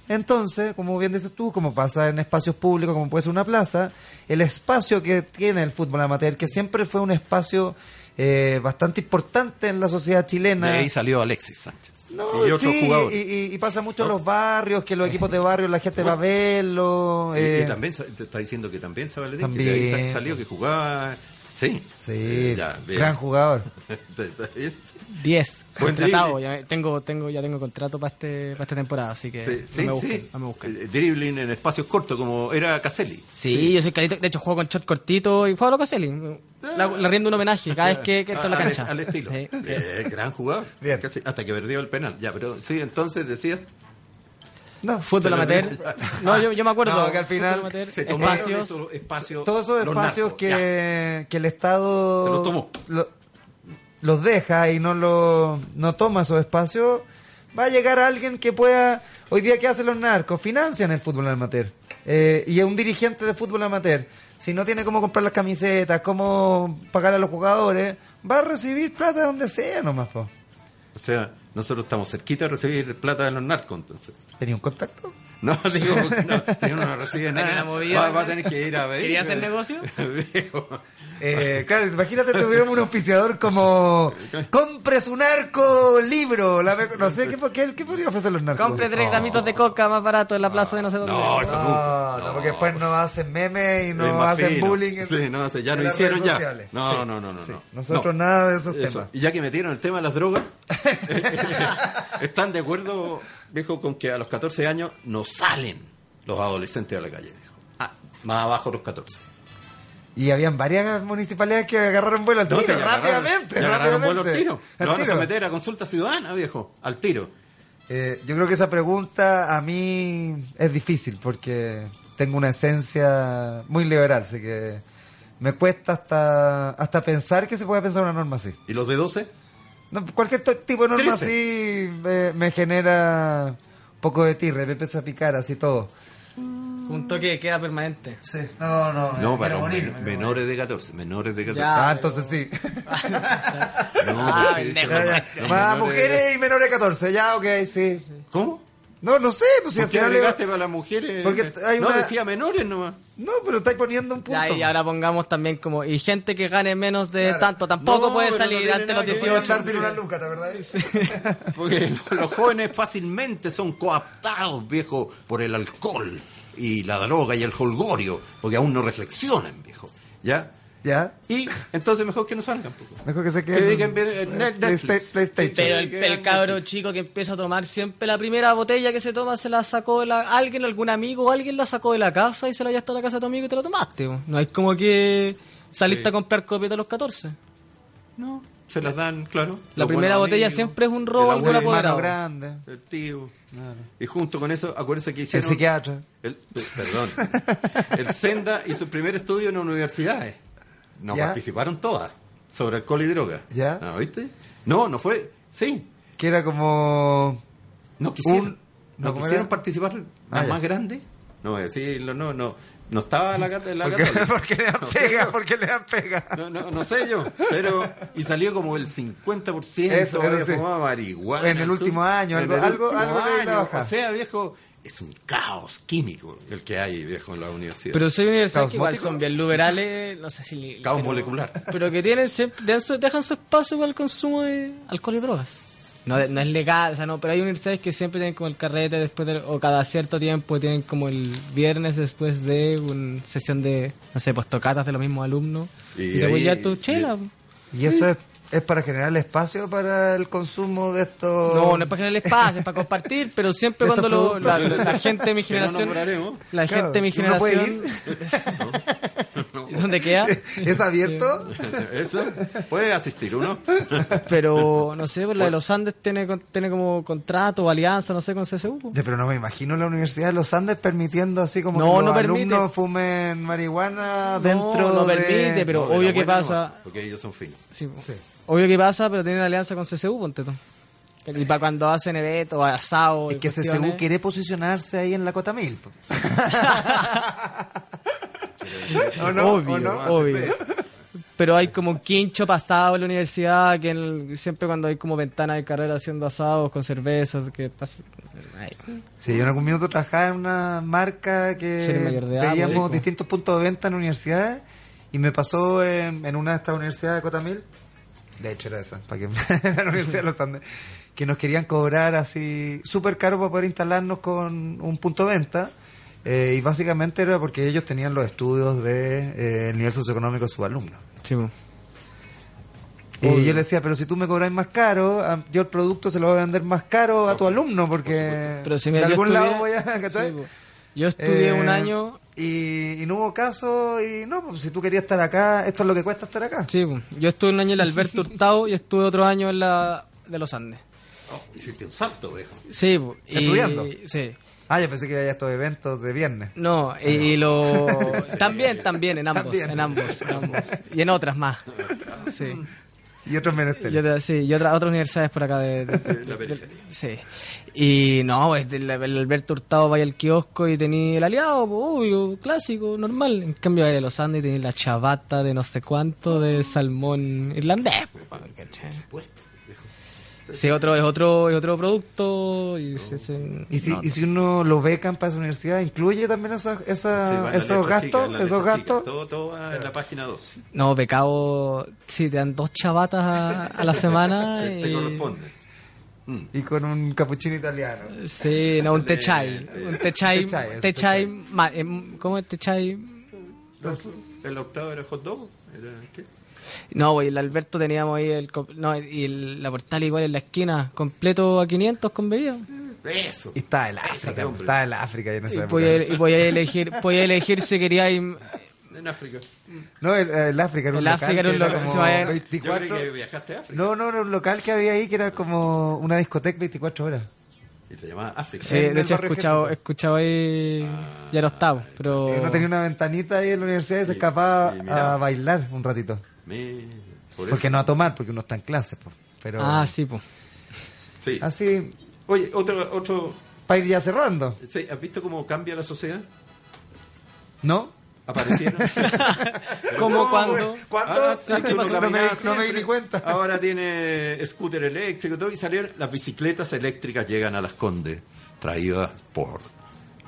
B: Entonces, como bien dices tú, como pasa en espacios públicos, como puede ser una plaza, el espacio que tiene el fútbol amateur, que siempre fue un espacio eh, bastante importante en la sociedad chilena.
A: De ahí salió Alexis Sánchez.
B: No,
A: y otros
B: sí,
A: jugadores.
B: y- y- y pasa mucho en
A: No. Eh.
B: los barrios, que los equipos de barrio la gente va a verlo.
A: Y-
B: eh,
A: y también sa- te está diciendo que también sabe Valentín,
B: También.
A: que de ahí sa- salió que jugaba. Sí.
B: Sí,
A: Eh, ya, bien.
B: gran jugador.
A: Está bien.
E: 10.
A: Buen
E: Contratado.
A: drible.
E: Ya, me- tengo, tengo, ya tengo contrato para este, para esta temporada, así que
A: Sí, sí,
E: no me busquen.
A: sí.
E: no me busquen.
A: Eh, Dribbling en espacios cortos, como era Caselli.
E: Sí, yo soy carito. De hecho, juego con short cortito y juego a lo Coselli. Le, le rindo un homenaje cada vez que, que entro a la
A: Al-
E: cancha.
A: Al, estilo.
E: Sí.
A: Eh, gran jugador.
B: Bien.
A: Casi- hasta que perdió el penal. Ya, pero sí, entonces decías.
B: No,
E: Fútbol amateur. No, yo, yo me acuerdo.
B: No, que al final
E: Fútbol amateur,
A: Se tomaron
E: espacios.
A: esos espacios.
B: todos esos
A: los
B: espacios
A: narcos, ya.
B: que, que el Estado
A: Se los tomó.
B: lo- los deja y no lo, no toma esos espacios, va a llegar alguien que pueda... Hoy día, ¿qué hacen los narcos? Financian el fútbol amateur. Eh, y un dirigente de fútbol amateur, si no tiene cómo comprar las camisetas, cómo pagar a los jugadores, va a recibir plata de donde sea nomás. Po.
A: O sea, nosotros estamos cerquita de recibir plata de los narcos, entonces.
B: ¿Tenía un contacto?
A: No, digo, no, yo no recibe
E: Hay
A: nada.
E: una movida.
A: Va, va a tener que ir a ver.
E: ¿Quería hacer negocio?
A: Viejo.
B: Eh, claro, imagínate tuviéramos un auspiciador como compres un arco libro, la meco- no sé ¿qué, po- qué, qué podría ofrecer los narcos.
E: Compre tres gramitos de coca más barato en la plaza de no sé dónde.
B: Ah,
A: No, eso nunca.
B: No, no, porque después no hacen memes y
A: Es
B: no
A: más
B: hacen
A: fino.
B: bullying. en-
A: Sí, no, sí, ya
B: en
A: no
B: las
A: hicieron
B: redes
A: ya.
B: sociales.
A: No,
B: Sí,
A: no, no, no,
B: sí.
A: no.
B: Nosotros
A: No.
B: nada de esos
A: Eso.
B: temas.
A: Y ya que metieron el tema de las drogas, ¿están de acuerdo, viejo, con que a los 14 años no salen los adolescentes a la calle, viejo? Ah, más abajo los 14.
B: Y habían varias municipalidades que agarraron vuelo al
A: No,
B: tiro
A: se
B: rápidamente.
A: agarraron, ya agarraron vuelo al
B: rápidamente.
A: tiro.
B: Al
A: Lo van a
B: tiro.
A: someter a consulta ciudadana, viejo, al tiro.
B: Eh, yo creo que esa pregunta a mí es difícil porque tengo una esencia muy liberal, así que me cuesta hasta hasta pensar que se puede pensar una norma así.
A: ¿Y los de 12?
B: No, cualquier to- tipo de norma
A: Trece.
B: así me, me genera un poco de tirre, me empieza a picar así todo.
E: Un toque de queda permanente.
B: Sí, no, no,
A: No, para los men- menores de 14, menores de 14.
E: Ya,
B: Ah, entonces sí.
A: No,
E: Ah,
A: pues sí,
E: pendejo.
A: sí.
B: Ya, ya.
A: Los
B: Más
A: menores de-
B: mujeres y menores de 14, ya, ok, sí.
A: ¿Cómo?
B: No, no sé, pues si al
A: ¿Por qué
B: final...
A: agregaste para las mujeres?
B: Porque hay
A: No,
B: una-
A: decía menores nomás.
B: No, pero estáis poniendo un punto.
E: Ya, y ahora pongamos también como. Y gente que gane menos de
B: Claro.
E: tanto tampoco
A: No,
E: puede
A: pero no
E: salir
A: tiene
E: antes de
A: nada
E: los
A: que ver.
B: Voy a echar
E: 18.
B: sin una luca, ¿te verdad?
A: Porque lo- los jóvenes fácilmente son coaptados, viejo, por el alcohol y la droga y el holgorio, porque aún no reflexionan, viejo. ¿Ya?
B: Ya.
A: Y entonces mejor que no salgan. pues. poco.
B: Mejor que se
A: Que
B: quede.
A: digan bien, eh, Net- Netflix.
B: PlayStation.
E: Pero el, el cabro chico que empieza a tomar siempre la primera botella que se toma se la sacó de la, alguien, algún amigo, alguien la sacó de la casa y se la llevaste a la casa de tu amigo y te la tomaste. po. No es como que saliste a comprar copete a los 14.
A: No, se las dan, claro.
E: La
A: los
E: primera
A: buenos
E: botella
A: amigos,
E: siempre es un robo
A: el
E: algún
A: abuelo,
B: Mano
E: apoderado.
B: grande.
A: el tío. Y junto con eso, acuérdense que
B: El
A: hicieron...
B: psiquiatra.
A: El- eh, perdón. el Senda hizo el primer estudio en universidades. No
B: ¿Ya?
A: participaron todas sobre alcohol y droga.
B: ¿Ya?
A: ¿No viste? No, no fue. Sí,
B: Que era como.
A: no quisieron.
B: Un-
A: no
B: ¿no, cómo
A: quisieron
B: era?
A: participar
B: Ah,
A: las
B: ya.
A: más grandes. No voy a decirlo, no, no. No estaba la gata la
B: Porque,
A: católica.
B: porque le dan pega, porque le dan pega.
A: No, no, no sé yo, pero... Y salió como el 50%
B: Eso,
A: había
B: eso sí.
A: fumado marihuana.
B: En el último año,
A: En
B: algo-
A: el
B: algo-
A: último
B: algo le iba a
A: año.
B: bajar.
A: O sea, viejo, es un caos químico el que hay, viejo, en la universidad.
E: Pero soy universidad que igual
B: ¿Caosmótico?
E: son bien liberales, no sé si...
A: Caos
E: pero-
A: molecular.
E: Pero que tienen siempre, dejan su, dejan su espacio para el consumo de alcohol y drogas. No, de- no es legal, o sea, no, pero hay universidades que siempre tienen como el carrete después del- o cada cierto tiempo tienen como el viernes después de una sesión de, no sé, pues tocatas de los mismos alumnos.
A: Y
E: Y, te
A: ahí-
E: voy a llevar tu
A: y-
E: chela.
B: Y eso es, es para generar el espacio para el consumo de estos...
E: No, no es para generar espacio, es para compartir, pero siempre
B: Estos
E: cuando lo- la,
B: productos.
E: la gente de mi
A: Que no
E: generación...
A: nombraremos.
E: La
B: Claro,
E: gente de mi
B: ¿y uno puede
E: generación... ¿Dónde queda?
B: ¿Es abierto?
A: Eso, puede asistir uno.
E: Pero, no sé, pues la de los Andes tiene, con- tiene como contrato o alianza, no sé, con CSU. po.
B: Ya, pero no me imagino la Universidad de los Andes permitiendo así como
E: No,
B: que los
E: no permite.
B: alumnos fumen marihuana
E: No,
B: dentro
E: no
B: de-
E: permite, pero
A: No, de la
E: obvio que
A: buena
E: pasa...
A: nomás, porque ellos son finos.
E: Sí, po. Obvio que pasa, pero tienen alianza con CCU, ponte tú. Y para cuando hacen eventos, asado.
B: Es
E: y
B: que CCU
E: cuestiones.
B: quiere posicionarse ahí en la cota mil. po. ¿O no? ¿O
E: obvio,
B: no?
E: obvio. Pero hay como un quincho pastado en la universidad, que en el- siempre cuando hay como ventanas de carrera haciendo asados con cervezas, que pasa. Ay.
B: Sí, yo en algún minuto trabajaba en una marca que
E: Sí, eres mayor de edad,
B: veíamos
E: pues.
B: distintos puntos de venta en universidades y me pasó en, en una de estas universidades de Cotamil, de hecho era esa, para que era la Universidad de los Andes, que nos querían cobrar así súper caro para poder instalarnos con un punto de venta eh, y básicamente era porque ellos tenían los estudios de eh, el nivel socioeconómico de sus alumnos.
E: Sí, po.
B: Y Eh, yo le decía, pero si tú me cobras más caro, a- yo el producto se lo voy a vender más caro a tu alumno porque
E: Pero si me
B: de
E: yo
B: algún lado
E: estudié-
B: voy a...
E: Sí,
B: ¿cachai?
E: po. yo estudié un
B: Eh,
E: año
B: Y, y no hubo caso, y no, pues si tú querías estar acá, esto es lo que cuesta estar acá.
E: Sí, po. yo estuve un año en la Alberto Hurtado y estuve otro año en la de los Andes.
A: Oh, hiciste un salto, viejo.
E: Sí, po. Y-
B: ¿Estudiando?
E: Sí.
B: Ah, yo pensé que había estos eventos de viernes.
E: No, y lo también, también en ambos,
B: Ah, También.
E: en ambos, en ambos y en otras más. Sí.
B: Y otros
E: Y
B: menesteres.
E: otra- sí, y otra- otras universidades por acá de, de- de-
A: La periferia.
E: sí. Y no, pues, el, el Alberto Hurtado vaya al kiosco y tenía el aliado, pues, obvio, clásico, normal. En cambio vaya a los Andes y tenía la chavata de no sé cuánto de salmón irlandés. pues, ¿cachai? Sí, otro es otro es otro producto y, se- se-
B: Y si,
E: no,
B: y si uno lo becan para esa universidad, ¿incluye también esas- esa-
A: Sí, va en la
B: Ah, esos
A: letra
B: gastos?
A: chica, en la
B: esos
A: letra chica.
B: gastos. Ah.
A: Todo, todo va en la página 2.
E: No, becado, sí, te dan dos chavatas a, a la semana.
A: Te, te
E: y-
A: corresponde.
B: Y con un capuchino italiano.
E: Sí, no, un techai. Un techai,
B: Te chai, es
E: te
B: te chai.
E: chai ma- em, ¿cómo es techai?
A: El octavo era hot dog. Era, ¿qué?
E: No, güey, el Alberto teníamos ahí, el, co- no, y el- la portal igual en la esquina, completo a 500 con bebida.
A: Eso.
B: Y estaba en la África,
A: hombre.
B: estaba en la África y en
E: Y
B: esa época.
E: podía, y podía elegir, podía elegir si quería ir-
A: En África.
B: No, el, el África era un
E: El
B: local.
E: África era
B: que
E: un local,
B: como
E: se vaya-
A: Yo creo
B: 24
A: que viajaste a África.
B: No, no, era un local que había ahí que era como una discoteca 24 horas.
A: Y se llamaba África.
E: Sí,
B: En el
E: de hecho he
B: barrio
E: escuchado,
B: Ejército.
E: he escuchado ahí, ya no estaba, pero...
B: Uno Eh, tenía una ventanita ahí en la universidad y se escapaba
A: y miraba.
B: a bailar un ratito.
A: Me- por eso.
B: Porque no a tomar, porque uno está en clase. po. Pero
E: Ah, sí, pues.
A: Sí.
B: así,
A: Oye, otro, otro.
B: para ir ya cerrando,
A: sí, ¿Has visto cómo cambia la sociedad?
B: ¿no?
A: Aparecieron.
E: Como
B: No,
E: cuando...
B: güey, ¿Cuándo?
A: Ah, sí,
B: ¿Qué
A: que uno
B: pasó? No me,
A: caminaba
B: no me di
A: siempre.
B: ni cuenta.
A: Ahora tiene scooter eléctrico y todo, y salieron las bicicletas eléctricas llegan a las Condes, traídas por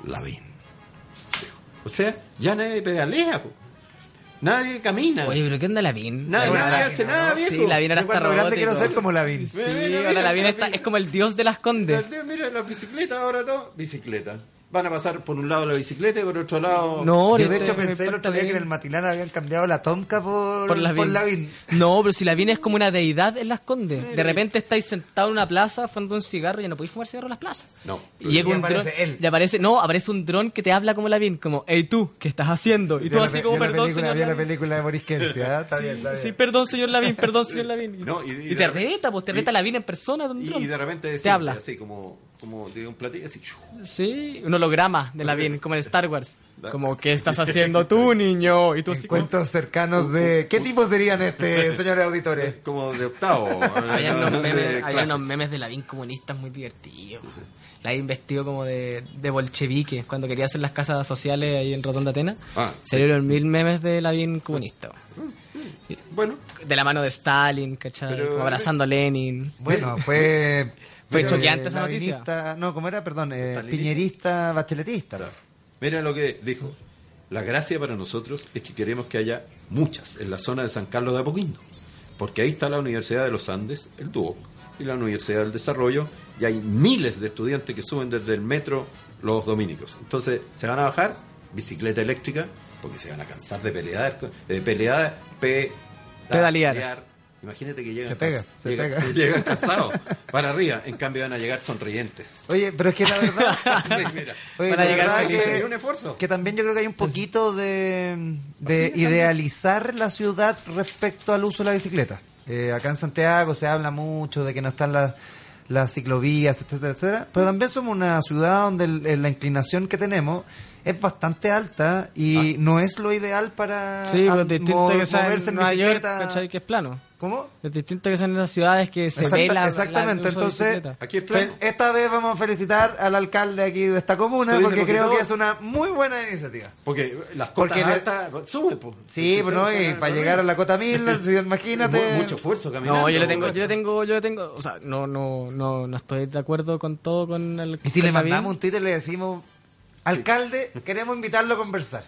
A: Lavín. O sea, ya nadie pedalea, po. nadie camina,
E: Oye, pero ¿qué onda la VIN?
A: nadie,
B: bueno,
A: nadie
B: la-
A: hace nada, viejo.
E: Sí, la VIN
B: Yo
E: era hasta
B: cuando grande
E: robótico.
B: quiero ser como la Vin.
E: Sí,
A: Mira, mira,
E: ahora la
A: mira,
E: Vin
A: la
E: está-
A: Vin.
E: es como el dios de las condes.
A: Mira, las bicicletas ahora todo, bicicleta. Van a pasar por un lado la bicicleta y por otro lado...
B: Yo
E: No,
B: de
E: ahorita
B: hecho
E: me
B: pensé el
E: importa
B: otro día
E: la
B: que en el
E: Vin.
B: matinal habían cambiado la tonca por,
E: Por la Vin.
B: Vin.
E: No, pero si la Vin es como una deidad en las condes. De repente estáis sentados en una plaza fumando un cigarro y ya no podéis fumar cigarro en las plazas.
A: No.
E: Y llega
B: Y
E: un
B: aparece
E: dron.
B: él.
E: Y aparece, no, aparece un dron que te habla como la Vin, como, hey tú, ¿qué estás haciendo? Y tú
B: Yo
E: así
B: la-
E: como,
B: yo la
E: perdón,
B: película-
E: señor
B: vi la
E: Lavín.
B: película de Boris Kelsey, ¿ah? Está bien, está bien.
E: Sí, perdón, señor Lavín, perdón, señor Lavín.
A: No, y- y
E: te
A: de-
E: reta, pues te
A: y-
E: reta la Vin en persona. de un
A: Y,
E: dron.
A: y de repente
E: te
A: decirle
E: habla.
A: así como, como de un platillo, así... ¡shu!
E: Sí, un holograma de la bien, como en Star Wars. Como, ¿qué estás haciendo tú, niño? Y tú así como,
B: Encuentros cercanos de... ¿Qué tipo serían este, señores auditores?
A: Como de octavo.
E: Había
A: ¿no?
E: unos
A: De
E: memes, había
A: clase.
E: unos memes de la bien comunista muy divertidos. La habían vestido como de, de bolchevique cuando quería hacer las casas sociales ahí en Rotonda Atenas.
A: Ah,
E: Salieron mil memes de la bien comunista.
A: Bueno,
E: De la mano de Stalin, ¿cachai?
A: Pero-
E: como abrazando a Lenin.
B: Bueno, fue...
E: Fue
B: pero,
E: choqueante
B: eh,
E: esa noticia.
B: lavinista- No, ¿cómo era? Perdón, eh,
A: Stalinista.
B: piñerista, bacheletista.
A: Claro. Mira lo que dijo. La gracia para nosotros es que queremos que haya muchas en la zona de San Carlos de Apoquindo. Porque ahí está la Universidad de los Andes, el Duoc, y la Universidad del Desarrollo, y hay miles de estudiantes que suben desde el metro los dominicos. Entonces, se van a bajar, bicicleta eléctrica, porque se van a cansar de pelear, de pelear, pe-
E: Pedalear.
A: Imagínate que llegan,
B: Se pega,
A: cas-
B: se
A: llegan-
B: pega.
A: llegan cansados para arriba, en cambio van a llegar sonrientes.
B: Oye, pero es que la verdad.
A: Sí, mira.
B: Oye,
E: Para
B: la
E: llegar
B: verdad
E: felices.
B: que-
A: Es un esfuerzo.
B: Que también yo creo que hay un poquito de,
A: Así
B: de
A: es,
B: idealizar la ciudad respecto al uso de la bicicleta. Eh, acá en Santiago se habla mucho de que no están las, las ciclovías, etcétera, etcétera. Pero también somos una ciudad donde el- el- la inclinación que tenemos es bastante alta y no es lo ideal para
E: Ah. Sí, pero
B: an-
E: es distinto
B: Ah, mo-
E: que sea
B: moverse
E: en
B: en
E: Nueva York,
B: bicicleta.
E: ¿cachai? Que es plano.
B: ¿Cómo?
E: Es distinto que sean en las ciudades que se ve
B: Exacta-
E: la
B: exactamente,
E: la- el uso de
B: entonces-
E: bicicleta.
A: Aquí es plano.
B: Fel- Esta vez vamos a felicitar al alcalde aquí de esta comuna
A: Tú dices,
B: porque
A: porque
B: creo
A: todo-
B: que es una muy buena iniciativa.
A: Porque las
B: Porque
A: cotas
B: le-
A: altas pues. suben, po.
B: Sí,
A: Si
B: pero no,
A: ustedes
B: y
A: están
B: para
A: arriba.
B: llegar a la cota mil, si- imagínate.
A: Mu- Mucho esfuerzo caminando.
E: No, yo le tengo, yo le tengo, yo le tengo, o sea, no, no, no, no estoy de acuerdo con todo con el.
B: Y si le
E: con la BIM.
B: mandamos un Twitter le decimos, alcalde, queremos invitarlo a conversar.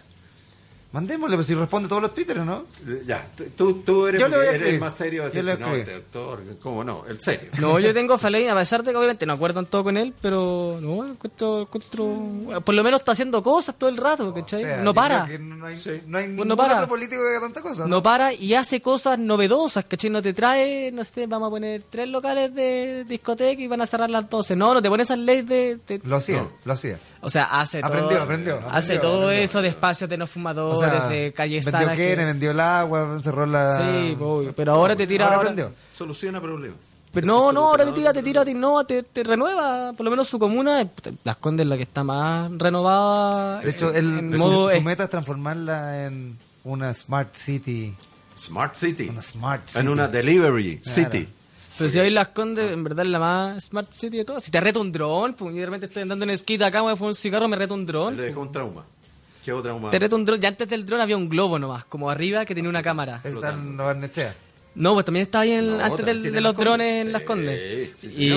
B: Mandémosle, pero si responde todos los Twitter, ¿no?
A: Ya, t- tú, tú eres,
B: Yo le voy a
A: eres
B: escribir.
A: el más serio.
B: Yo le
A: Decirte, no,
B: escribo.
A: este doctor, ¿cómo no? El serio.
E: No, yo tengo a Falain, a pesar de que obviamente no acuerdan todo con él, pero no, encuentro, encuentro- por lo menos está haciendo cosas todo el rato, ¿cachai?
B: O sea,
E: no
B: yo
E: para.
B: creo que No hay, no hay
E: No
B: ningún
E: para.
B: otro político que haga tanta cosa.
E: No para y hace cosas novedosas, ¿cachai? No te trae, no sé, vamos a poner tres locales de discoteca y van a cerrar las 12. No, no te pone esas leyes de... de-
B: Lo hacía, lo hacía.
E: o sea, hace
B: Aprendió,
E: todo...
B: aprendió, aprendió,
E: hace todo
B: aprendió.
E: eso de espacios de no fumadores,
B: O sea,
E: de calles
B: vendió
E: sanas. que-
B: Kennedy, vendió el agua, cerró la...
E: Sí, obvio, pero ahora te tira...
B: Ahora
E: ahora-
B: aprendió.
A: Soluciona problemas.
E: Pero
A: Es
E: no,
A: el
E: no, ahora te tira,
A: solucionador
E: te
A: de
E: tira, te
A: problemas.
E: innova, te, te renueva. Por lo menos su comuna, puta, Las Condes es la que está más renovada.
B: De hecho,
E: en-
B: él,
E: en
B: su-
E: modo
B: su,
E: es-
B: meta es transformarla en una smart city.
A: Smart City.
B: Una smart city.
A: En una delivery city.
E: Pero si hoy Las Condes, en verdad, es la más smart city de todas. Si te reta un dron, pues, y de repente estoy andando en esquita acá, me fue un cigarro, me reta un dron.
A: Le dejó un trauma. ¿Qué otro trauma?
E: Te reta un dron. Ya antes del dron había un globo nomás, como arriba que tenía una cámara.
B: Está en la Barnechea.
E: No, pues también estaba ahí en-
A: No,
E: antes
A: también
E: del-
A: tiene
E: de los
A: Las Condes.
E: drones en Las
A: Sí,
E: Condes.
A: sí,
E: y,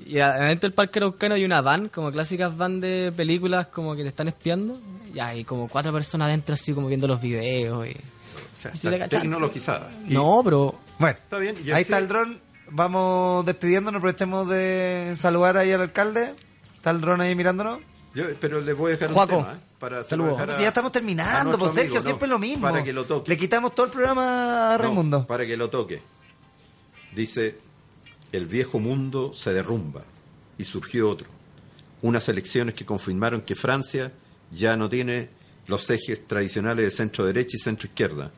A: señor.
E: y adentro del parque araucano hay una van, como clásicas van de películas como que te están espiando. Y hay como cuatro personas adentro así como viendo los videos. y-
A: O sea,
E: Y si le
A: está
E: cachan-
A: tecnologizada. Y-
E: No, pero...
B: Bueno,
A: Está bien, y
B: ahí
A: así-
B: está el dron. Vamos despidiéndonos, aprovechemos de saludar ahí al alcalde. Está el dron ahí mirándonos.
A: yo- pero les voy a dejar
E: Juaco,
A: un tema. ¿eh? Para se lo voy
E: saludos.
A: a dejar
B: Pero
A: a-
B: si ya estamos
A: a
B: terminando,
A: nuestro
B: pues Sergio
A: amigo,
B: siempre
A: no,
B: lo mismo.
A: Para que lo toque.
B: Le quitamos todo el programa a
A: No,
B: Raimundo.
A: para que lo toque. Dice, el viejo mundo se derrumba y surgió otro. Unas elecciones que confirmaron que Francia ya no tiene los ejes tradicionales de centro derecha y centro izquierda,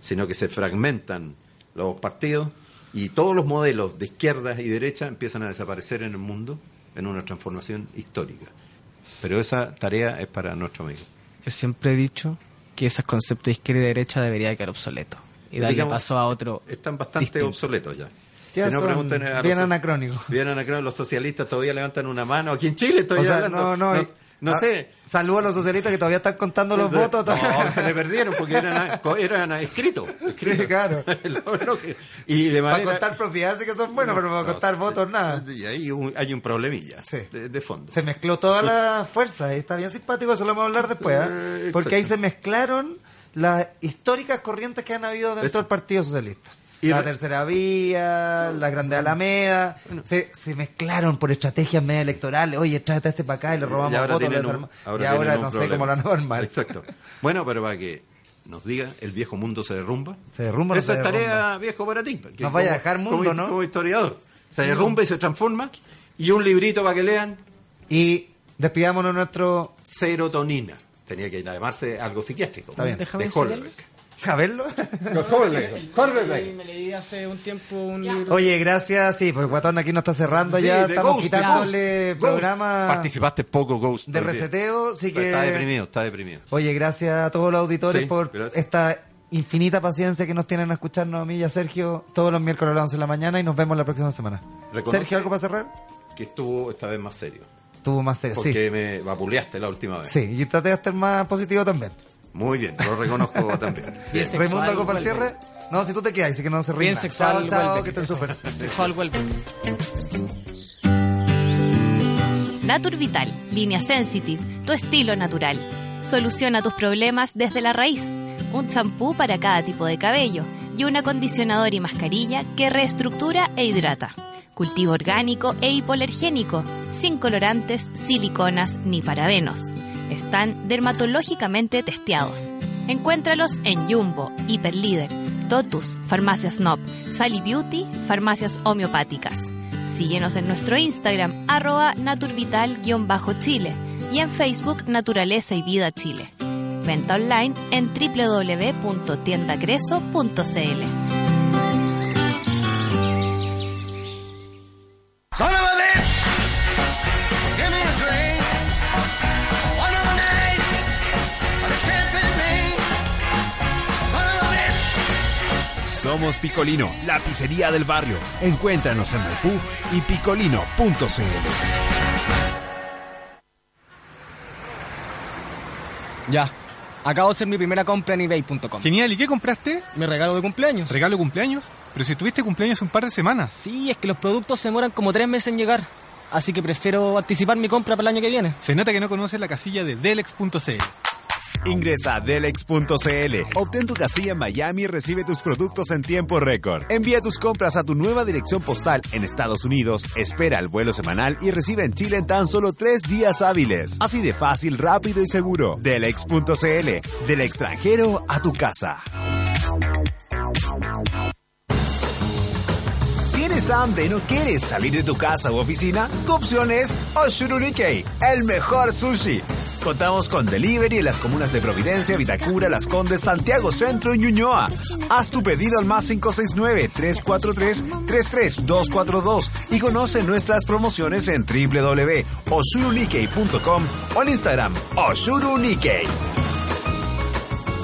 A: sino que se fragmentan los partidos y todos los modelos de izquierda y derecha empiezan a desaparecer en el mundo en una transformación histórica. Pero esa tarea es para nuestro amigo.
E: Yo siempre he dicho que esos conceptos de izquierda y derecha debería quedar obsoletos. Y darle
A: Digamos,
E: paso a otro.
A: Están bastante
E: distinto.
A: obsoletos ya.
B: Ya son
A: pregunten a
B: bien
A: los-
B: anacrónicos.
A: Bien anacrónicos. Los socialistas todavía levantan una mano. Aquí en Chile
B: O
A: todavía
B: sea,
A: hablando.
B: no, no,
A: no,
B: y-
A: no
B: ah,
A: sé.
B: Saludos a los socialistas que todavía están contando los votos.
A: No, se le perdieron porque eran, a- co- eran a- escritos. escritos.
B: Sí, claro.
A: Lo- lo que- y de
B: Para
A: manera...
B: contar propiedades sí que son buenos, pero para
A: no,
B: contar
A: sí,
B: votos nada.
A: Y ahí un- hay un problemilla
B: Sí.
A: de, de fondo.
B: Se mezcló toda la fuerza, y está bien simpático, eso lo vamos a hablar después. ¿ah?
A: Eh,
B: Porque ahí se
A: exacto.
B: mezclaron las históricas corrientes que han habido dentro
A: Eso.
B: del Partido Socialista.
A: Y
B: la
A: re-
B: Tercera Vía, la Grande Alameda, se, se mezclaron por estrategias media electorales. Oye, tráete a este para acá y le robamos
A: y ahora,
B: votos. le
A: tienen un-
B: desarmamos.
A: ahora
B: y ahora
A: tienen un
B: no sé
A: problema.
B: cómo la normal.
A: Exacto. Bueno, pero para que nos diga, el viejo mundo se derrumba.
B: ¿Se derrumba o no
A: Esa
B: se
A: es
B: derrumba?
A: tarea viejo para ti. porque
B: Nos vaya a dejar mundo,
A: como-
B: ¿no?
A: Como historiador. Se derrumba y se transforma. Y un librito para que lean,
B: Y despidámonos nuestro...
A: serotonina. Tenía que llamarse algo psiquiátrico.
B: Está bien.
E: Déjame
A: De
E: enseñarlo.
A: Holbeck.
B: ¿A verlo?
A: Holbeck. Holbeck.
E: Me leí hace un tiempo un libro.
B: Oye, gracias. Sí, pues Guatón aquí nos está cerrando
A: Sí,
B: ya.
A: de
B: Estamos
A: Ghost, de
B: quitándole
A: Ghost, Ghost.
B: programa...
A: Participaste poco, Ghost.
B: de
A: hoy día.
B: reseteo, así que-
A: Está deprimido, está deprimido.
B: Oye, gracias a todos los auditores
A: Sí,
B: por
A: gracias.
B: esta infinita paciencia que nos tienen a escucharnos a mí y a Sergio todos los miércoles a las 11 de la mañana y nos vemos la próxima semana.
A: Reconoce-
B: Sergio, ¿algo para cerrar?
A: Que estuvo esta vez más serio.
B: Tuvo más serio, sí.
A: Porque me vapuleaste la última vez.
B: Sí, y traté de ser más positivo también.
A: Muy bien, lo reconozco también. Bien.
E: Sexual,
B: ¿Raimundo algo para el
E: vuelve.
B: cierre? No, si tú te quedas, así que no se ríen.
E: Bien
B: nada.
E: sexual,
B: Chao, chao,
E: vuelve.
B: que estén súper.
E: Sexual vuelve.
F: Natur Vital, línea sensitive, tu estilo natural. Soluciona tus problemas desde la raíz. Un champú para cada tipo de cabello, y un acondicionador y mascarilla que reestructura e hidrata. Cultivo orgánico e hipoalergénico, sin colorantes, siliconas ni parabenos. Están dermatológicamente testeados. Encuéntralos en Jumbo, Hiperlíder, Totus, Farmacias Nob, Sally Beauty, Farmacias Homeopáticas. Síguenos en nuestro Instagram, arroba naturvital-chile y en Facebook Naturaleza y Vida Chile. Venta online en www.tiendacreso.cl.
D: Son of a bitch! Give me a drink. One more night. But it's crimping me. Son of a bitch!
G: Somos Picolino, la pizzería del barrio. Encuéntranos en Maipú y picolino.cl.
E: Ya. Acabo de hacer mi primera compra en ebay.com.
H: Genial, ¿y qué compraste?
E: Me regalo de cumpleaños.
H: ¿Regalo cumpleaños? Pero si tuviste cumpleaños hace un par de semanas.
E: Sí, es que los productos se demoran como tres meses en llegar. Así que prefiero anticipar mi compra para el año que viene.
H: Se nota que no conoces la casilla de Delex.cl.
G: Ingresa a delex.cl, obtén tu casilla en Miami y recibe tus productos en tiempo récord. Envía tus compras a tu nueva dirección postal en Estados Unidos, espera el vuelo semanal y recibe en Chile en tan solo tres días hábiles. Así de fácil, rápido y seguro. Delex.cl, del extranjero a tu casa. ¿Tienes hambre y no quieres salir de tu casa u oficina? Tu opción es Oshururikei, el mejor sushi. Contamos con delivery en las comunas de Providencia, Vitacura, Las Condes, Santiago Centro y Ñuñoa. Haz tu pedido al más 569-343-33242 y conoce nuestras promociones en www.oshururikei.com o en Instagram Oshururikei.